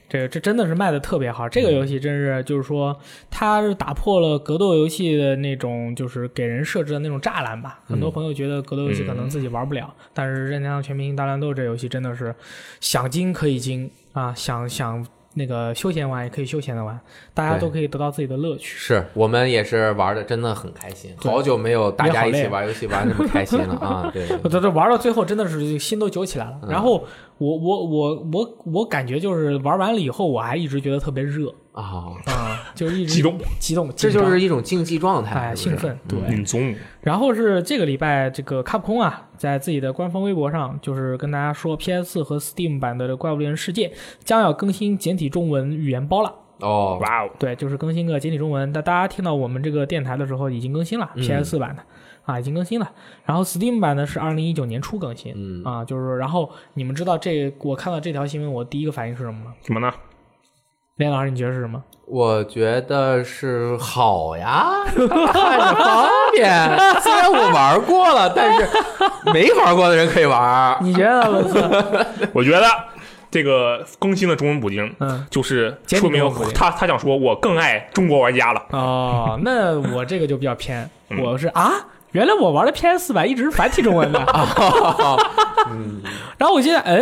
[SPEAKER 2] 这个这真的是卖的特别好，这个游戏真是就是说，它是打破了格斗游戏的那种就是给人设置的那种栅栏吧。
[SPEAKER 1] 嗯
[SPEAKER 2] 很多朋友觉得格斗游戏可能自己玩不了，但是《任天堂全明星大乱斗》这游戏真的是想精可以精啊，想想那个休闲玩也可以休闲的玩，大家
[SPEAKER 1] 对
[SPEAKER 2] 都可以得到自己的乐趣。
[SPEAKER 1] 是我们也是玩的真的很开心，
[SPEAKER 2] 对
[SPEAKER 1] 好久没有大
[SPEAKER 2] 也
[SPEAKER 1] 家
[SPEAKER 2] 好
[SPEAKER 1] 一起
[SPEAKER 2] 累啊
[SPEAKER 1] 玩游戏玩得这么开心了啊！ 对，对对
[SPEAKER 2] 这这玩到最后真的是心都揪起来了。
[SPEAKER 1] 嗯
[SPEAKER 2] 然后我我我我我感觉就是玩完了以后，我还一直觉得特别热
[SPEAKER 1] 啊，
[SPEAKER 2] 啊，就是一直
[SPEAKER 3] 激动
[SPEAKER 2] 激动，
[SPEAKER 1] 这
[SPEAKER 2] 紧
[SPEAKER 1] 就
[SPEAKER 2] 张
[SPEAKER 1] 是一种竞技状态，
[SPEAKER 2] 哎
[SPEAKER 1] 是不
[SPEAKER 2] 兴
[SPEAKER 1] 是
[SPEAKER 2] 奋对。
[SPEAKER 3] 嗯，宗
[SPEAKER 2] 然后是这个礼拜，这个卡普空啊，在自己的官方微博上，就是跟大家说，PS 4和 Steam 版的《怪物猎人世界》将要更新简体中文语言包了。
[SPEAKER 1] 哦，
[SPEAKER 3] 哇哦，
[SPEAKER 2] 对，就是更新个简体中文。但大家听到我们这个电台的时候，已经更新
[SPEAKER 1] 嗯
[SPEAKER 2] 了 PS 4版的、啊，已经更新了。然后 Steam 版呢是二零一九年初更新、
[SPEAKER 1] 嗯
[SPEAKER 2] 啊，就是然后你们知道这我看到这条新闻，我第一个反应是什么吗？
[SPEAKER 3] 什么呢？
[SPEAKER 2] 连老师，你觉得是什么？
[SPEAKER 1] 我觉得是好呀， 看着方便。虽然我玩过了，但是没玩过的人可以玩。
[SPEAKER 2] 你觉得文森？
[SPEAKER 3] 我觉得这个更新的中文补丁，
[SPEAKER 2] 嗯，
[SPEAKER 3] 就是
[SPEAKER 2] 简体
[SPEAKER 3] 说明
[SPEAKER 2] 中文补丁
[SPEAKER 3] 他他想说，我更爱中国玩家了。
[SPEAKER 2] 哦，那我这个就比较偏，
[SPEAKER 3] 嗯
[SPEAKER 2] 我是啊，原来我玩的 PS 版一直是繁体中文 的，然后我现在哎，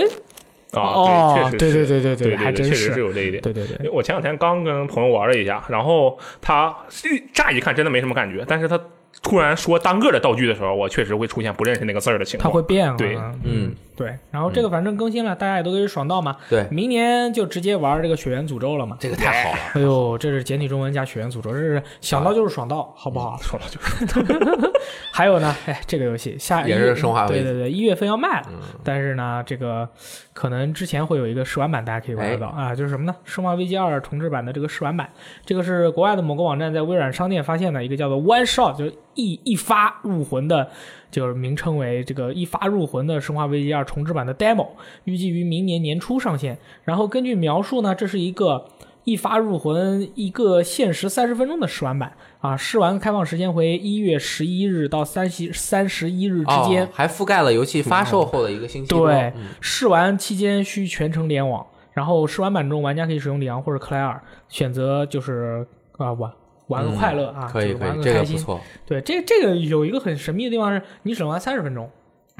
[SPEAKER 3] 嗯啊，
[SPEAKER 2] 哦
[SPEAKER 3] 对，
[SPEAKER 2] 对对
[SPEAKER 3] 确实是
[SPEAKER 2] 对对
[SPEAKER 3] 对
[SPEAKER 2] 还真
[SPEAKER 3] 确实
[SPEAKER 2] 是
[SPEAKER 3] 有这一点。
[SPEAKER 2] 对对对
[SPEAKER 3] 因为我前两天刚跟朋友玩了一下，然后他是乍一看真的没什么感觉，但是他突然说单个的道具的时候，我确实会出现不认识那个字儿的情
[SPEAKER 2] 它
[SPEAKER 3] 况。
[SPEAKER 2] 会变啊，
[SPEAKER 3] 对
[SPEAKER 1] 嗯，
[SPEAKER 2] 对，然后这个反正更新了，大家也都可以爽到嘛。
[SPEAKER 1] 对，
[SPEAKER 2] 明年就直接玩这个《血缘诅咒》了嘛。
[SPEAKER 1] 这个太好 了。
[SPEAKER 2] 哎呦，这是简体中文加《血缘诅咒》，这是想到就是爽到，好不好？
[SPEAKER 3] 说了就是
[SPEAKER 2] 还有呢，哎，这个游戏下
[SPEAKER 1] 也是生化危
[SPEAKER 2] 对
[SPEAKER 1] 机
[SPEAKER 2] 对对，一月份要卖了，但是呢，这个可能之前会有一个试玩版，大家可以玩得到、啊，就是什么呢？《生化危机二》重置版的这个试玩版，这个是国外的某个网站在微软商店发现的一个叫做 One Shot，就是一一发入魂的，就是名称为这个一发入魂的《生化危机二》重置版的 demo，预计于明年年初上线。然后根据描述呢，这是一个。一发入魂一个限时三十分钟的试玩版啊，试玩开放时间为一月十一日到三十三十一日之间
[SPEAKER 1] 哦。还覆盖了游戏发售后的一个星期嗯多。
[SPEAKER 2] 对，试玩期间需全程联网，然后试玩版中玩家可以使用里昂或者克莱尔，选择就是啊、玩玩个快乐啊，
[SPEAKER 1] 嗯可以
[SPEAKER 2] 就是
[SPEAKER 1] 可
[SPEAKER 2] 玩
[SPEAKER 1] 以，
[SPEAKER 2] 个
[SPEAKER 1] 这个
[SPEAKER 2] 开
[SPEAKER 1] 不
[SPEAKER 2] 心。
[SPEAKER 1] 错。
[SPEAKER 2] 对，这这个有一个很神秘的地方是，你只能玩三十分钟，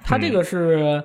[SPEAKER 2] 它
[SPEAKER 1] 嗯
[SPEAKER 2] 这个是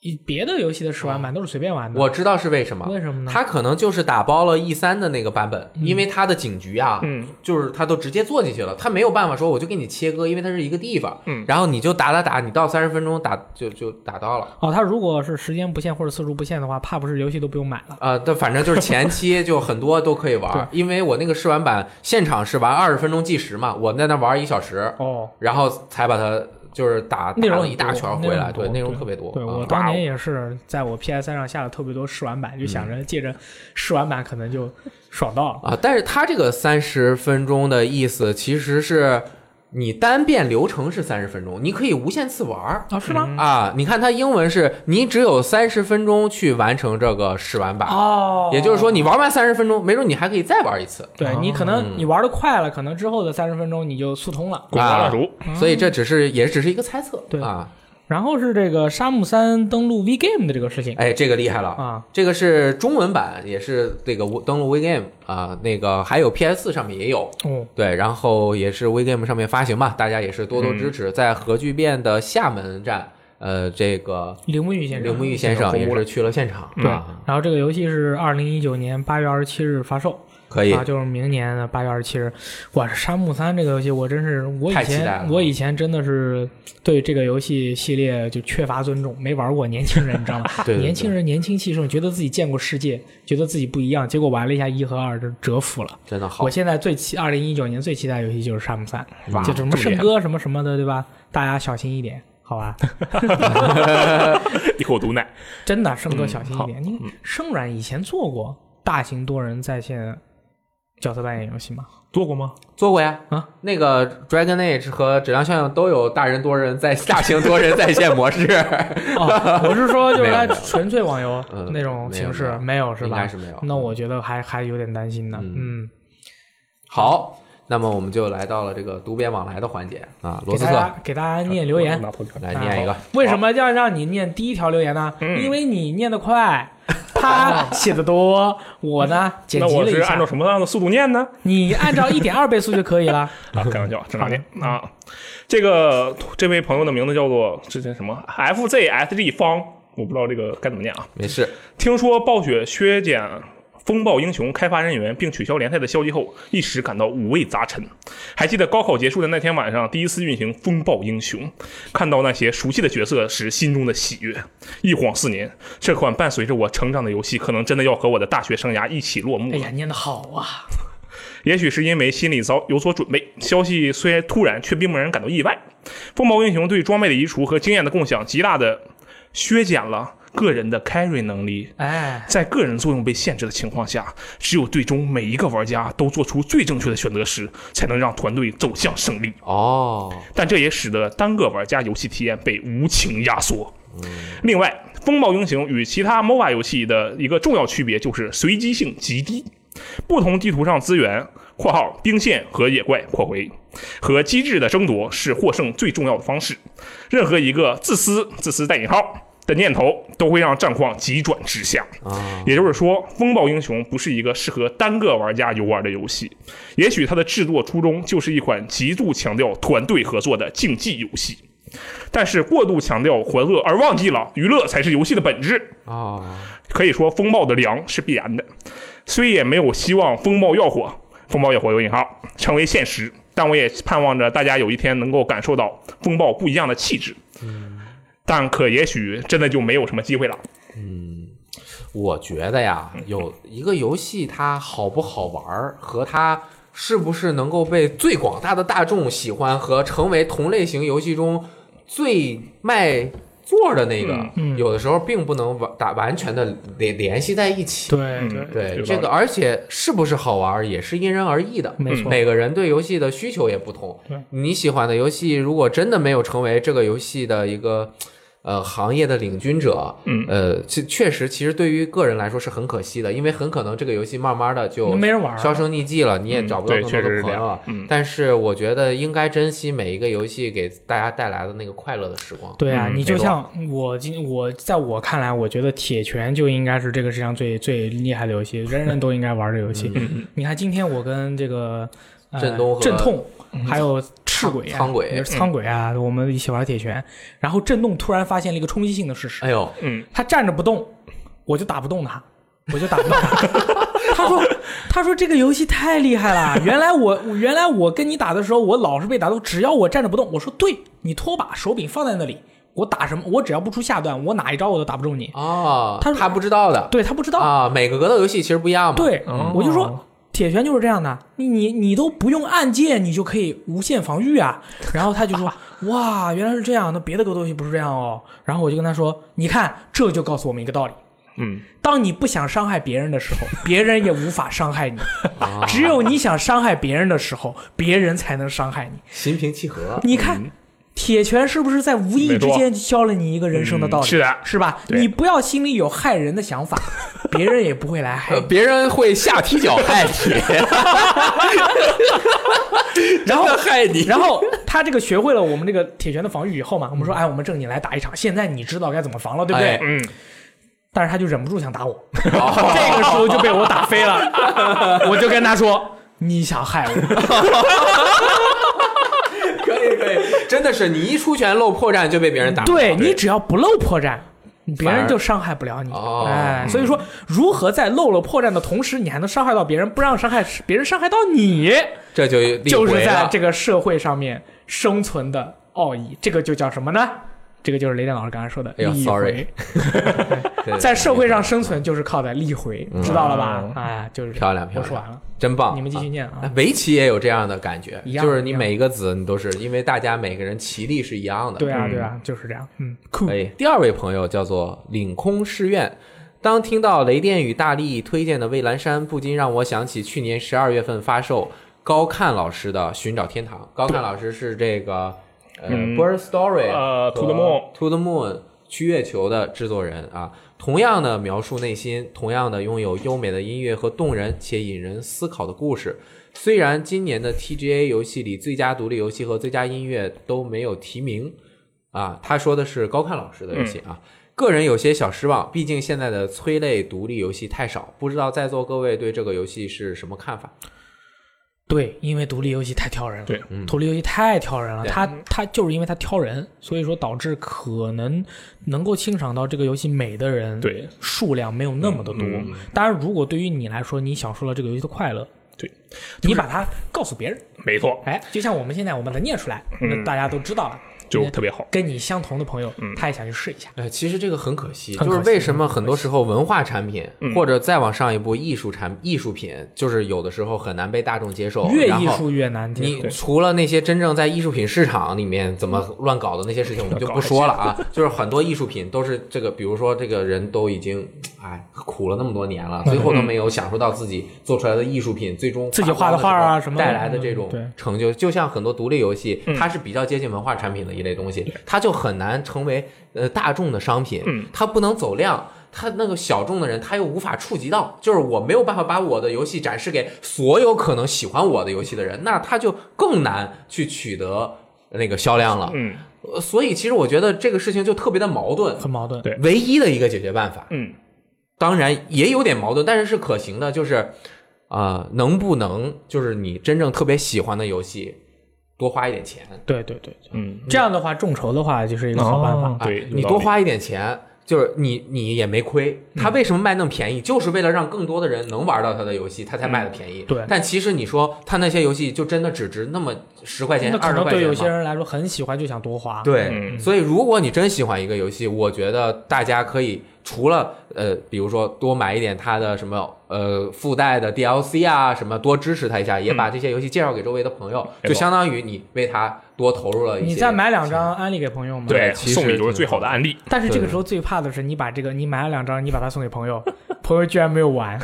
[SPEAKER 2] 以别的游戏的试玩版都是随便玩的。
[SPEAKER 1] 我知道是为什么，
[SPEAKER 2] 为什么呢
[SPEAKER 1] 它可能就是打包了 E 三的那个版本，
[SPEAKER 2] 嗯
[SPEAKER 1] 因为它的警局啊，
[SPEAKER 3] 嗯，
[SPEAKER 1] 就是它都直接做进去了，它没有办法说我就给你切割，因为它是一个地方，
[SPEAKER 3] 嗯，
[SPEAKER 1] 然后你就打打打，你到三十分钟打就就打到了。
[SPEAKER 2] 哦，它如果是时间不限或者次数不限的话，怕不是游戏都不用买了。
[SPEAKER 1] 呃，但反正就是前期就很多都可以玩，因为我那个试玩版现场是玩二十分钟计时嘛，我在那玩一小时，
[SPEAKER 2] 哦，
[SPEAKER 1] 然后才把它就是打
[SPEAKER 2] 内
[SPEAKER 1] 打
[SPEAKER 2] 容
[SPEAKER 1] 了
[SPEAKER 2] 很
[SPEAKER 1] 一大
[SPEAKER 2] 多
[SPEAKER 1] 圈
[SPEAKER 2] 内
[SPEAKER 1] 回
[SPEAKER 2] 容
[SPEAKER 1] 来，
[SPEAKER 2] 很
[SPEAKER 1] 对，
[SPEAKER 2] 多
[SPEAKER 1] 内容
[SPEAKER 2] 对
[SPEAKER 1] 特别多。
[SPEAKER 2] 对我
[SPEAKER 1] 嗯
[SPEAKER 2] 当年也是在我 PS 3上下了特别多试玩版，就想
[SPEAKER 1] 嗯
[SPEAKER 2] 着借着试玩版可能就爽到了。
[SPEAKER 1] 啊，但是它这个三十分钟的意思其实是你单遍流程是三十分钟，你可以无限次玩儿。
[SPEAKER 2] 啊，是吗？
[SPEAKER 1] 啊，你看它英文是你只有三十分钟去完成这个试玩版，
[SPEAKER 2] 哦，
[SPEAKER 1] 也就是说你玩完三十分钟，没准你还可以再玩一次。
[SPEAKER 2] 对你可
[SPEAKER 1] 嗯
[SPEAKER 2] 能你玩的快了，可能之后的三十分钟你就速通了。
[SPEAKER 3] 滚瓜烂熟，
[SPEAKER 1] 所以这只是也只是一个猜测。
[SPEAKER 2] 嗯对
[SPEAKER 1] 啊，
[SPEAKER 2] 然后是这个《沙漠三》登陆 V Game 的这个事情
[SPEAKER 1] 哎，这个厉害了
[SPEAKER 2] 啊，
[SPEAKER 1] 这个是中文版，也是这个登录 WeGame 啊，那个还有 PS 上面也有。
[SPEAKER 2] 哦，
[SPEAKER 1] 对，然后也是 WeGame 上面发行嘛，大家也是多多支
[SPEAKER 2] 嗯
[SPEAKER 1] 持。在核聚变的厦门站，呃，这个
[SPEAKER 2] 铃木玉先生。
[SPEAKER 1] 铃木玉先生
[SPEAKER 3] 这个
[SPEAKER 1] 也
[SPEAKER 3] 服务
[SPEAKER 1] 是去了现场，
[SPEAKER 3] 对
[SPEAKER 1] 啊，
[SPEAKER 2] 然后这个游戏是二零一九年八月二十七日发售，
[SPEAKER 1] 可以
[SPEAKER 2] 啊，，就是明年的八月二十七日。哇，《沙漠三》这个游戏，我真是我以
[SPEAKER 1] 太期待
[SPEAKER 2] 前
[SPEAKER 1] 了
[SPEAKER 2] 我以前真的是对这个游戏系列就缺乏尊重，没玩过。年轻人，你知道吗？
[SPEAKER 1] 对对对
[SPEAKER 2] 年轻人年轻气盛，觉得自己见过世界，觉得自己不一样。结果玩了一下一和二，就折服了。
[SPEAKER 1] 真的好
[SPEAKER 2] 我。现在最期二零一九年最期待的游戏就是《沙漠三
[SPEAKER 3] 哇》，
[SPEAKER 2] 就什么
[SPEAKER 3] 这么
[SPEAKER 2] 圣
[SPEAKER 3] 厉害
[SPEAKER 2] 歌什么什么的，对吧？大家小心一点，好吧？
[SPEAKER 3] 一口毒奶，
[SPEAKER 2] 真的，生哥小心
[SPEAKER 1] 嗯
[SPEAKER 2] 一点。你生软以前做过大型多人在线角色扮演游戏吗？
[SPEAKER 3] 做过吗？
[SPEAKER 1] 做过呀，
[SPEAKER 2] 啊，
[SPEAKER 1] 那个 Dragon Age 和质量效应都有大人多人在大型多人在线模式，
[SPEAKER 2] 哦，我是说就是它
[SPEAKER 1] 没有
[SPEAKER 2] 纯粹网游
[SPEAKER 1] 嗯
[SPEAKER 2] 那种形
[SPEAKER 1] 没
[SPEAKER 2] 式
[SPEAKER 1] 有，
[SPEAKER 2] 没 有是
[SPEAKER 1] 应
[SPEAKER 2] 吧
[SPEAKER 1] 该？是没有。
[SPEAKER 2] 那我觉得还还有点担心呢。嗯，
[SPEAKER 1] 好，那么我们就来到了这个读编往来的环节啊，罗
[SPEAKER 2] 给啊
[SPEAKER 1] 斯
[SPEAKER 2] 大
[SPEAKER 1] 特
[SPEAKER 2] 家给大家念留言。
[SPEAKER 3] 拿破仑
[SPEAKER 1] 来念一个，
[SPEAKER 2] 为什么要让你念第一条留言呢？
[SPEAKER 3] 嗯
[SPEAKER 2] 因为你念得快， 他写的多，我呢剪
[SPEAKER 3] 那
[SPEAKER 2] 辑
[SPEAKER 3] 我
[SPEAKER 2] 了
[SPEAKER 3] 是
[SPEAKER 2] 一
[SPEAKER 3] 按照
[SPEAKER 2] 下，
[SPEAKER 3] 什么样的速度念呢？
[SPEAKER 2] 你按照一点二倍速就可以了。
[SPEAKER 3] 啊，开玩笑， 正常点啊。这个这位朋友的名字叫做这这什么 FZSG 方，我不知道这个该怎么念啊。
[SPEAKER 1] 没事，
[SPEAKER 3] 听说暴雪削减风暴英雄开发人员并取消联赛的消息后，一时感到五味杂陈。还记得高考结束的那天晚上，第一次运行风暴英雄，看到那些熟悉的角色时，心中的喜悦。一晃四年，这款伴随着我成长的游戏，可能真的要和我的大学生涯一起落幕了。
[SPEAKER 2] 哎呀，念得好啊！
[SPEAKER 3] 也许是因为心里早有所准备，消息虽然突然，却并不让人感到意外。风暴英雄对装备的移除和经验的共享，极大的削减了个人的 carry 能力。
[SPEAKER 2] 哎，
[SPEAKER 3] 在个人作用被限制的情况下，只有最终每一个玩家都做出最正确的选择时，才能让团队走向胜利。
[SPEAKER 1] 哦，
[SPEAKER 3] 但这也使得单个玩家游戏体验被无情压缩。另外，《风暴英雄》与其他 MOBA 游戏的一个重要区别就是随机性极低，不同地图上资源（括号兵线和野怪）（括回）和机制的争夺是获胜最重要的方式。任何一个自私（自私带引号）的念头都会让战况急转直下。
[SPEAKER 1] 啊，
[SPEAKER 3] 也就是说，《风暴英雄》不是一个适合单个玩家游玩的游戏。也许它的制作初衷就是一款极度强调团队合作的竞技游戏，但是过度强调欢乐而忘记了娱乐才是游戏的本质。
[SPEAKER 1] 哦，
[SPEAKER 3] 可以说，风暴的凉是必然的。虽也没有希望风暴要火，风暴要火有引号成为现实，但我也盼望着大家有一天能够感受到风暴不一样的气质。但可也许真的就没有什么机会了。
[SPEAKER 1] 我觉得 呀，有一个游戏它好不好玩儿和它是不是能够被最广大的大众喜欢和成为同类型游戏中最卖座的那个，
[SPEAKER 2] 嗯嗯
[SPEAKER 1] 有的时候并不能完打完全的联联系在一起。
[SPEAKER 2] 对
[SPEAKER 3] 嗯
[SPEAKER 2] 对，
[SPEAKER 1] 对
[SPEAKER 3] 有道
[SPEAKER 1] 这
[SPEAKER 3] 理
[SPEAKER 1] 个，而且是不是好玩儿也是因人而异的，
[SPEAKER 3] 嗯
[SPEAKER 2] 没错
[SPEAKER 1] 每个人对游戏的需求也不同。
[SPEAKER 2] 对
[SPEAKER 1] 你喜欢的游戏，如果真的没有成为这个游戏的一个呃行业的领军者，
[SPEAKER 3] 嗯
[SPEAKER 1] 呃，确确实，其实对于个人来说是很可惜的，因为很可能这个游戏慢慢的就
[SPEAKER 2] 没人玩儿啊
[SPEAKER 1] 销声匿迹了，你也
[SPEAKER 3] 嗯
[SPEAKER 1] 找不到
[SPEAKER 3] 对
[SPEAKER 1] 更多
[SPEAKER 3] 确实
[SPEAKER 1] 的
[SPEAKER 3] 是
[SPEAKER 1] 朋
[SPEAKER 3] 这
[SPEAKER 1] 友
[SPEAKER 3] 样
[SPEAKER 1] 了。
[SPEAKER 3] 嗯
[SPEAKER 1] 但是我觉得应该珍惜每一个游戏给大家带来的那个快乐的时光。
[SPEAKER 2] 对啊，
[SPEAKER 3] 嗯
[SPEAKER 2] 你就
[SPEAKER 3] 没错
[SPEAKER 2] 像我今我在我看来，我觉得铁拳就应该是这个世界上最最厉害的游戏，人人都应该玩的游戏。
[SPEAKER 1] 嗯
[SPEAKER 2] 你看今天我跟这个、呃、
[SPEAKER 1] 振东和嗯
[SPEAKER 2] 震痛，还有赤鬼、啊、
[SPEAKER 1] 苍鬼嗯
[SPEAKER 2] 比如苍鬼啊，我们一起玩铁拳，然后震动突然发现了一个冲击性的事实，
[SPEAKER 1] 哎呦，
[SPEAKER 3] 嗯，
[SPEAKER 2] 他站着不动，我就打不动他，我就打不动他。 他说：“他说这个游戏太厉害了，原来我我原来我跟你打的时候，我老是被打动，只要我站着不动，我说对你拖把手柄放在那里，我打什么，我只要不出下段，我哪一招我都打不中你。
[SPEAKER 1] 哦，
[SPEAKER 2] 他
[SPEAKER 1] 他不知道的
[SPEAKER 2] 对他不知道，
[SPEAKER 1] 啊，每个格斗游戏其实不一样嘛。
[SPEAKER 2] 对、
[SPEAKER 3] 哦
[SPEAKER 2] 我就说。”铁拳就是这样的，你你你都不用按键，你就可以无限防御啊。然后他就说：“哇，原来是这样，那别的格斗游戏不是这样哦。”然后我就跟他说：“你看，这就告诉我们一个道理，
[SPEAKER 3] 嗯，
[SPEAKER 2] 当你不想伤害别人的 时候，别人也无法伤害你；
[SPEAKER 3] 啊
[SPEAKER 2] 只有你想伤害别人的时候，别人才能伤害你。
[SPEAKER 1] 心平气和。
[SPEAKER 2] 你
[SPEAKER 3] 嗯
[SPEAKER 2] 看，铁拳是不是在无意之间教了你一个人生的道理？
[SPEAKER 3] 嗯是的
[SPEAKER 2] 是吧？
[SPEAKER 3] 对
[SPEAKER 2] 你不要心里有害人的想 法，别人也不会来害
[SPEAKER 1] 呃，
[SPEAKER 2] 你。
[SPEAKER 1] 别人会下踢
[SPEAKER 2] 哎
[SPEAKER 1] 脚害 你，然后害你，
[SPEAKER 2] 然后他这个学会了我们这个铁拳的防御以后嘛，我们说，哎，我们正经来打一场，现在你知道该怎么防了，对不对？
[SPEAKER 1] 哎
[SPEAKER 3] 嗯，
[SPEAKER 2] 但是他就忍不住想打 我，这个时 候就被我打飞了， 我就跟他说：“你想害我。”
[SPEAKER 1] 可以可以，真的是你一出拳露破绽就被别人打，
[SPEAKER 2] 对你只要不露破绽，别
[SPEAKER 1] 反
[SPEAKER 2] 人
[SPEAKER 1] 而
[SPEAKER 2] 就伤害不了你。
[SPEAKER 1] 哦
[SPEAKER 2] 哎，所以说，如何在露了破绽的同时，你还能伤害到别人，不让伤害别人伤害到你，
[SPEAKER 1] 这就立
[SPEAKER 2] 就是
[SPEAKER 1] 回
[SPEAKER 2] 在
[SPEAKER 1] 了
[SPEAKER 2] 这个社会上面生存的奥义。这个就叫什么呢？这个就是雷电老师刚才说的
[SPEAKER 1] 哎呀
[SPEAKER 2] 立回
[SPEAKER 1] ，sorry，对嗯
[SPEAKER 2] 在社会上生存就是靠在立回，知道了吧？哎，就是
[SPEAKER 1] 漂亮漂亮
[SPEAKER 2] 我说完了，
[SPEAKER 1] 真棒，
[SPEAKER 2] 你们继续
[SPEAKER 1] 啊。
[SPEAKER 2] 念啊
[SPEAKER 1] 哎。围棋也有这样的感觉，
[SPEAKER 2] 一样
[SPEAKER 1] 就是
[SPEAKER 2] 一
[SPEAKER 1] 你
[SPEAKER 2] 样
[SPEAKER 1] 每一个子你都是，因为大家每个人棋力是一样的。
[SPEAKER 2] 对啊，对啊，就是这样。嗯，酷
[SPEAKER 1] 哎，第二位朋友叫做领空试院。当听到雷电与大力推荐的《蔚蓝山》，不禁让我想起去年十二月份发售高看老师的《寻找天堂》。高看老师是这个呃《
[SPEAKER 3] 嗯
[SPEAKER 1] Bird Story》
[SPEAKER 3] 呃
[SPEAKER 1] 和
[SPEAKER 3] To the Moon
[SPEAKER 1] To the Moon》去月球的制作人啊。同样的描述内心，同样的拥有优美的音乐和动人且引人思考的故事。虽然今年的 TGA 游戏里最佳独立游戏和最佳音乐都没有提名，啊，他说的是高看老师的游戏啊。个人有些小失望，毕竟现在的催泪独立游戏太少，不知道在座各位对这个游戏是什么看法？
[SPEAKER 2] 对，因为独立游戏太挑人了。
[SPEAKER 3] 对
[SPEAKER 1] 嗯
[SPEAKER 2] 独立游戏太挑人了，
[SPEAKER 1] 对
[SPEAKER 2] 它它就是因为它挑人，所以说导致可能能够欣赏到这个游戏美的人，
[SPEAKER 3] 对，
[SPEAKER 2] 数量没有那么的多。
[SPEAKER 3] 嗯
[SPEAKER 2] 当然，如果对于你来说，你享受了这个游戏的快乐，
[SPEAKER 3] 对，
[SPEAKER 2] 你把它告诉别人，
[SPEAKER 3] 没错，
[SPEAKER 2] 哎，就像我们现在我们把它念出来，那大家都知道了。
[SPEAKER 3] 就特别好。
[SPEAKER 2] 跟你相同的朋友，他也想去试一下。
[SPEAKER 1] 哎，其实这个很可惜，
[SPEAKER 2] 很可
[SPEAKER 1] 就
[SPEAKER 2] 惜
[SPEAKER 1] 是为什么很多时候文化产品
[SPEAKER 2] 嗯
[SPEAKER 1] 或者再往上一步艺术产艺术品，就是有的时候很难被大众接受，
[SPEAKER 2] 越
[SPEAKER 1] 哦然
[SPEAKER 2] 艺
[SPEAKER 1] 后
[SPEAKER 2] 术越难听，
[SPEAKER 1] 你除了那些真正在艺术品市场里面怎么乱搞的那些事情，我们就不说了 啊。就是很多艺术品都是这个，比如说这个人都已经哎苦了那么多年了，最后都没有享受到自己做出来的艺术品最终
[SPEAKER 2] 嗯自己画的画啊什么的
[SPEAKER 1] 带来的这种
[SPEAKER 2] 嗯对
[SPEAKER 1] 成就。就像很多独立游戏，它是比较接近文化产品的一类东西，它就很难成为呃大众的商品，它不能走量。它那个小众的人，他又无法触及到，就是我没有办法把我的游戏展示给所有可能喜欢我的游戏的人，那他就更难去取得那个销量了。
[SPEAKER 3] 嗯，
[SPEAKER 1] 呃所以其实我觉得这个事情就特别的矛盾。
[SPEAKER 2] 很矛盾。
[SPEAKER 3] 对
[SPEAKER 1] 唯一的一个解决办法，
[SPEAKER 3] 嗯，
[SPEAKER 1] 当然也有点矛盾，但是是可行的，就是啊、呃能不能就是你真正特别喜欢的游戏，多花一点钱，
[SPEAKER 2] 对对对，对
[SPEAKER 3] 嗯，
[SPEAKER 2] 这样的话，众筹的话就是一个好办法。
[SPEAKER 3] 对
[SPEAKER 1] 哎
[SPEAKER 3] 有
[SPEAKER 1] 你
[SPEAKER 3] 道
[SPEAKER 1] 多
[SPEAKER 3] 理
[SPEAKER 1] 花一点钱。就是你你也没亏，
[SPEAKER 2] 嗯
[SPEAKER 1] 他为什么卖那么便宜？就是为了让更多的人能玩到他的游戏，他才卖的便宜。
[SPEAKER 2] 嗯对
[SPEAKER 1] 但其实你说他那些游戏就真的只值那么十块钱、
[SPEAKER 2] 那可
[SPEAKER 1] 二十
[SPEAKER 2] 能
[SPEAKER 1] 块
[SPEAKER 2] 对
[SPEAKER 1] 钱
[SPEAKER 2] 有
[SPEAKER 1] 吗？
[SPEAKER 2] 些人来说很喜欢，就想多花。
[SPEAKER 1] 对，
[SPEAKER 3] 嗯
[SPEAKER 1] 所以如果你真喜欢一个游戏，我觉得大家可以除了呃，比如说多买一点它的什么呃附带的 DLC 啊，什么多支持它一下，也把这些游戏介绍给周围的朋友，
[SPEAKER 3] 没错
[SPEAKER 1] 就相当于你为它多投入了一些。
[SPEAKER 2] 你再买两，张安利给朋友嘛。
[SPEAKER 3] 对，
[SPEAKER 1] 其实
[SPEAKER 3] 送礼就是最好的案例。
[SPEAKER 2] 但是这个时候最怕的是，你把这个你买了两张，你把它送给朋友，朋友居然没有玩，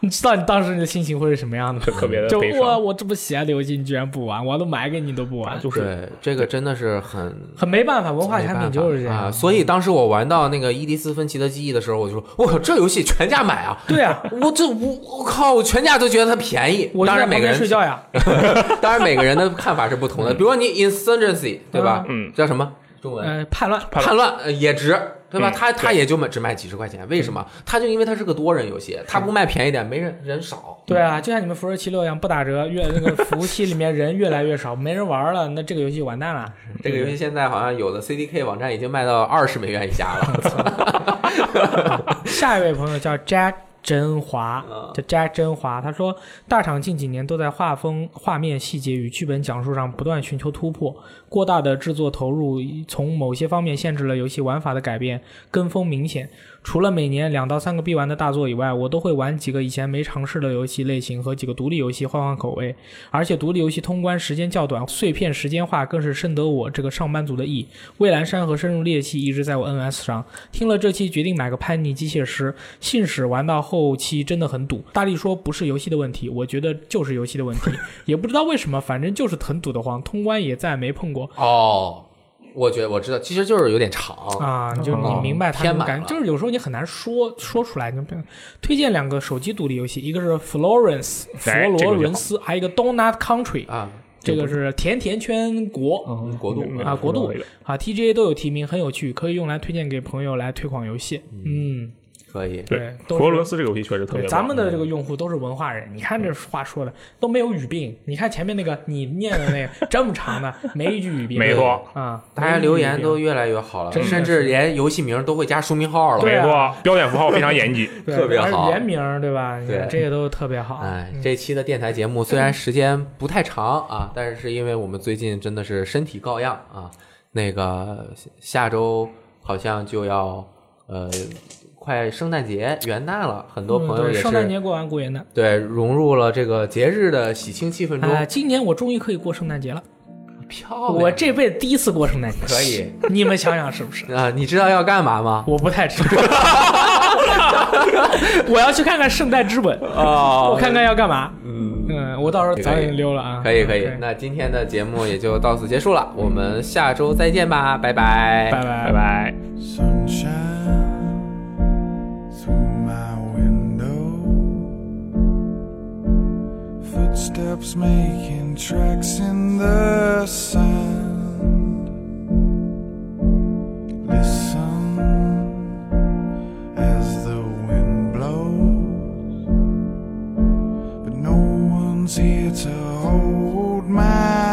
[SPEAKER 2] 你知道你当时你的心情会是什么样的吗？
[SPEAKER 3] 特特别的
[SPEAKER 2] 就
[SPEAKER 3] 悲
[SPEAKER 2] 哇，
[SPEAKER 3] 伤，
[SPEAKER 2] 我这么喜爱的游戏，你居然不玩，我都买给你都不玩，
[SPEAKER 3] 就是
[SPEAKER 1] 对这个真的是很。
[SPEAKER 2] 很没办法。文化产品就是这
[SPEAKER 1] 没办法啊！
[SPEAKER 2] 样。
[SPEAKER 1] 所以当时我玩到那个伊迪丝·芬奇的记忆的时候，我就说：“我靠，这游戏全价买啊！
[SPEAKER 2] 对 啊，
[SPEAKER 1] 我这我我靠，我全价都觉得它便宜。
[SPEAKER 2] 我就
[SPEAKER 1] 当
[SPEAKER 2] 在
[SPEAKER 1] 然每
[SPEAKER 2] 旁
[SPEAKER 1] 个
[SPEAKER 2] 边
[SPEAKER 1] 人
[SPEAKER 2] 睡觉呀，
[SPEAKER 1] 当然每个人的看法是不
[SPEAKER 2] 嗯
[SPEAKER 1] 同的。比如说你 insurgency 对吧？
[SPEAKER 3] 嗯，
[SPEAKER 1] 叫什么中文？
[SPEAKER 2] 呃，叛乱。
[SPEAKER 3] 叛
[SPEAKER 1] 叛乱呃也值。对吧？
[SPEAKER 3] 嗯
[SPEAKER 1] 他他
[SPEAKER 3] 对
[SPEAKER 1] 也就卖只卖几十块钱，
[SPEAKER 2] 嗯
[SPEAKER 1] 为什么？他就因为他是个多人游戏，他不卖便宜点，没人人少。
[SPEAKER 2] 对啊，就像你们辐射七六一样，不打折，越那个服务器里面人越来越少，没人玩了，那这个游戏完蛋了。
[SPEAKER 1] 这个游戏现在好像有的 CDK 网站已经卖到二十美元以下 了。
[SPEAKER 2] 下一位朋友叫 Jack 真华
[SPEAKER 1] 嗯，
[SPEAKER 2] 叫 Jack 真华，他说大厂近几年都在画风、画面细节与剧本讲述上不断寻求突破，过大的制作投入从某些方面限制了游戏玩法的改变，跟风明显。除了每年两到三个必玩的大作以外，我都会玩几个以前没尝试的游戏类型和几个独立游戏换换口味，而且独立游戏通关时间较短，碎片时间化更是深得我这个上班族的意。蔚蓝山和深入裂隙一直在我 NS 上，听了这期决定买个叛逆机械师，信使玩到后期真的很堵。大力说不是游戏的问题，我觉得就是游戏的问题，也不知道为什么，反正就是很堵得慌，通关也再没碰过
[SPEAKER 1] 哦，我觉得我知道，其实就是有点长。
[SPEAKER 2] 啊。就你明白他那
[SPEAKER 1] 偏
[SPEAKER 2] 种
[SPEAKER 1] 满
[SPEAKER 2] 感觉，
[SPEAKER 1] 了
[SPEAKER 2] 就是有时候你很难说说出来。你不推荐两个手机独立游戏，一个是 Florence 佛
[SPEAKER 3] 哎这个就好
[SPEAKER 2] 罗伦斯，还有一个 Donut Country，
[SPEAKER 1] 啊，
[SPEAKER 2] 这个是甜甜圈国。
[SPEAKER 1] 嗯国度
[SPEAKER 3] 嗯
[SPEAKER 2] 啊，国度
[SPEAKER 3] 国度
[SPEAKER 2] 啊，TGA 都有提名，很有趣，可以用来推荐给朋友来推广游戏。嗯，
[SPEAKER 1] 可以。
[SPEAKER 3] 对，
[SPEAKER 2] 都
[SPEAKER 3] 佛
[SPEAKER 2] 是
[SPEAKER 3] 罗伦斯这个游戏确实特别
[SPEAKER 2] 对，
[SPEAKER 3] 棒。
[SPEAKER 2] 咱们的这
[SPEAKER 1] 嗯
[SPEAKER 2] 个用户都是文化人，你看这话说的都没有语病，你看前面那个你念的 那个这么长的，没一句语病，
[SPEAKER 3] 没错，
[SPEAKER 2] 啊，
[SPEAKER 1] 大家留言都越来越好了，
[SPEAKER 2] 真的是
[SPEAKER 1] 甚至连游戏名都会加书名号了。
[SPEAKER 2] 对
[SPEAKER 3] 没
[SPEAKER 2] 啊
[SPEAKER 3] 错，标点符号非常严谨。
[SPEAKER 2] 对
[SPEAKER 1] 特别好
[SPEAKER 2] 而原名儿对吧？
[SPEAKER 1] 对
[SPEAKER 2] 这些都特别好。
[SPEAKER 1] 哎
[SPEAKER 2] 嗯，
[SPEAKER 1] 这期的电台节目虽然时间不太长啊，但是是因为我们最近真的是身体告恙啊，那个下下周好像就要呃快圣诞节元旦了，很多朋友
[SPEAKER 2] 嗯对
[SPEAKER 1] 也
[SPEAKER 2] 圣诞
[SPEAKER 1] 是
[SPEAKER 2] 节过完过元旦，
[SPEAKER 1] 对融入了这个节日的喜庆气氛
[SPEAKER 2] 哎，
[SPEAKER 1] 中，
[SPEAKER 2] 今年我终于可以过圣诞节了，
[SPEAKER 1] 漂亮，
[SPEAKER 2] 我这辈子第一次过圣诞节，
[SPEAKER 1] 哦可以
[SPEAKER 2] 你们想想 是不是？
[SPEAKER 1] 啊，你知道要干嘛 吗？
[SPEAKER 2] 我不太知道，我要去看看圣诞之吻，
[SPEAKER 1] 哦
[SPEAKER 2] 我看看要干嘛。
[SPEAKER 1] 嗯，
[SPEAKER 2] 嗯，我到时候早点溜了啊。
[SPEAKER 1] 可以可以
[SPEAKER 2] OK，，
[SPEAKER 1] 那今天的节目也就到此结束了，我们下周再见吧，拜拜
[SPEAKER 2] 拜拜
[SPEAKER 3] 拜。拜。
[SPEAKER 4] sunshine through my window. Footsteps making tracks in the sand. Listen as the wind blows, but no one's here to hold my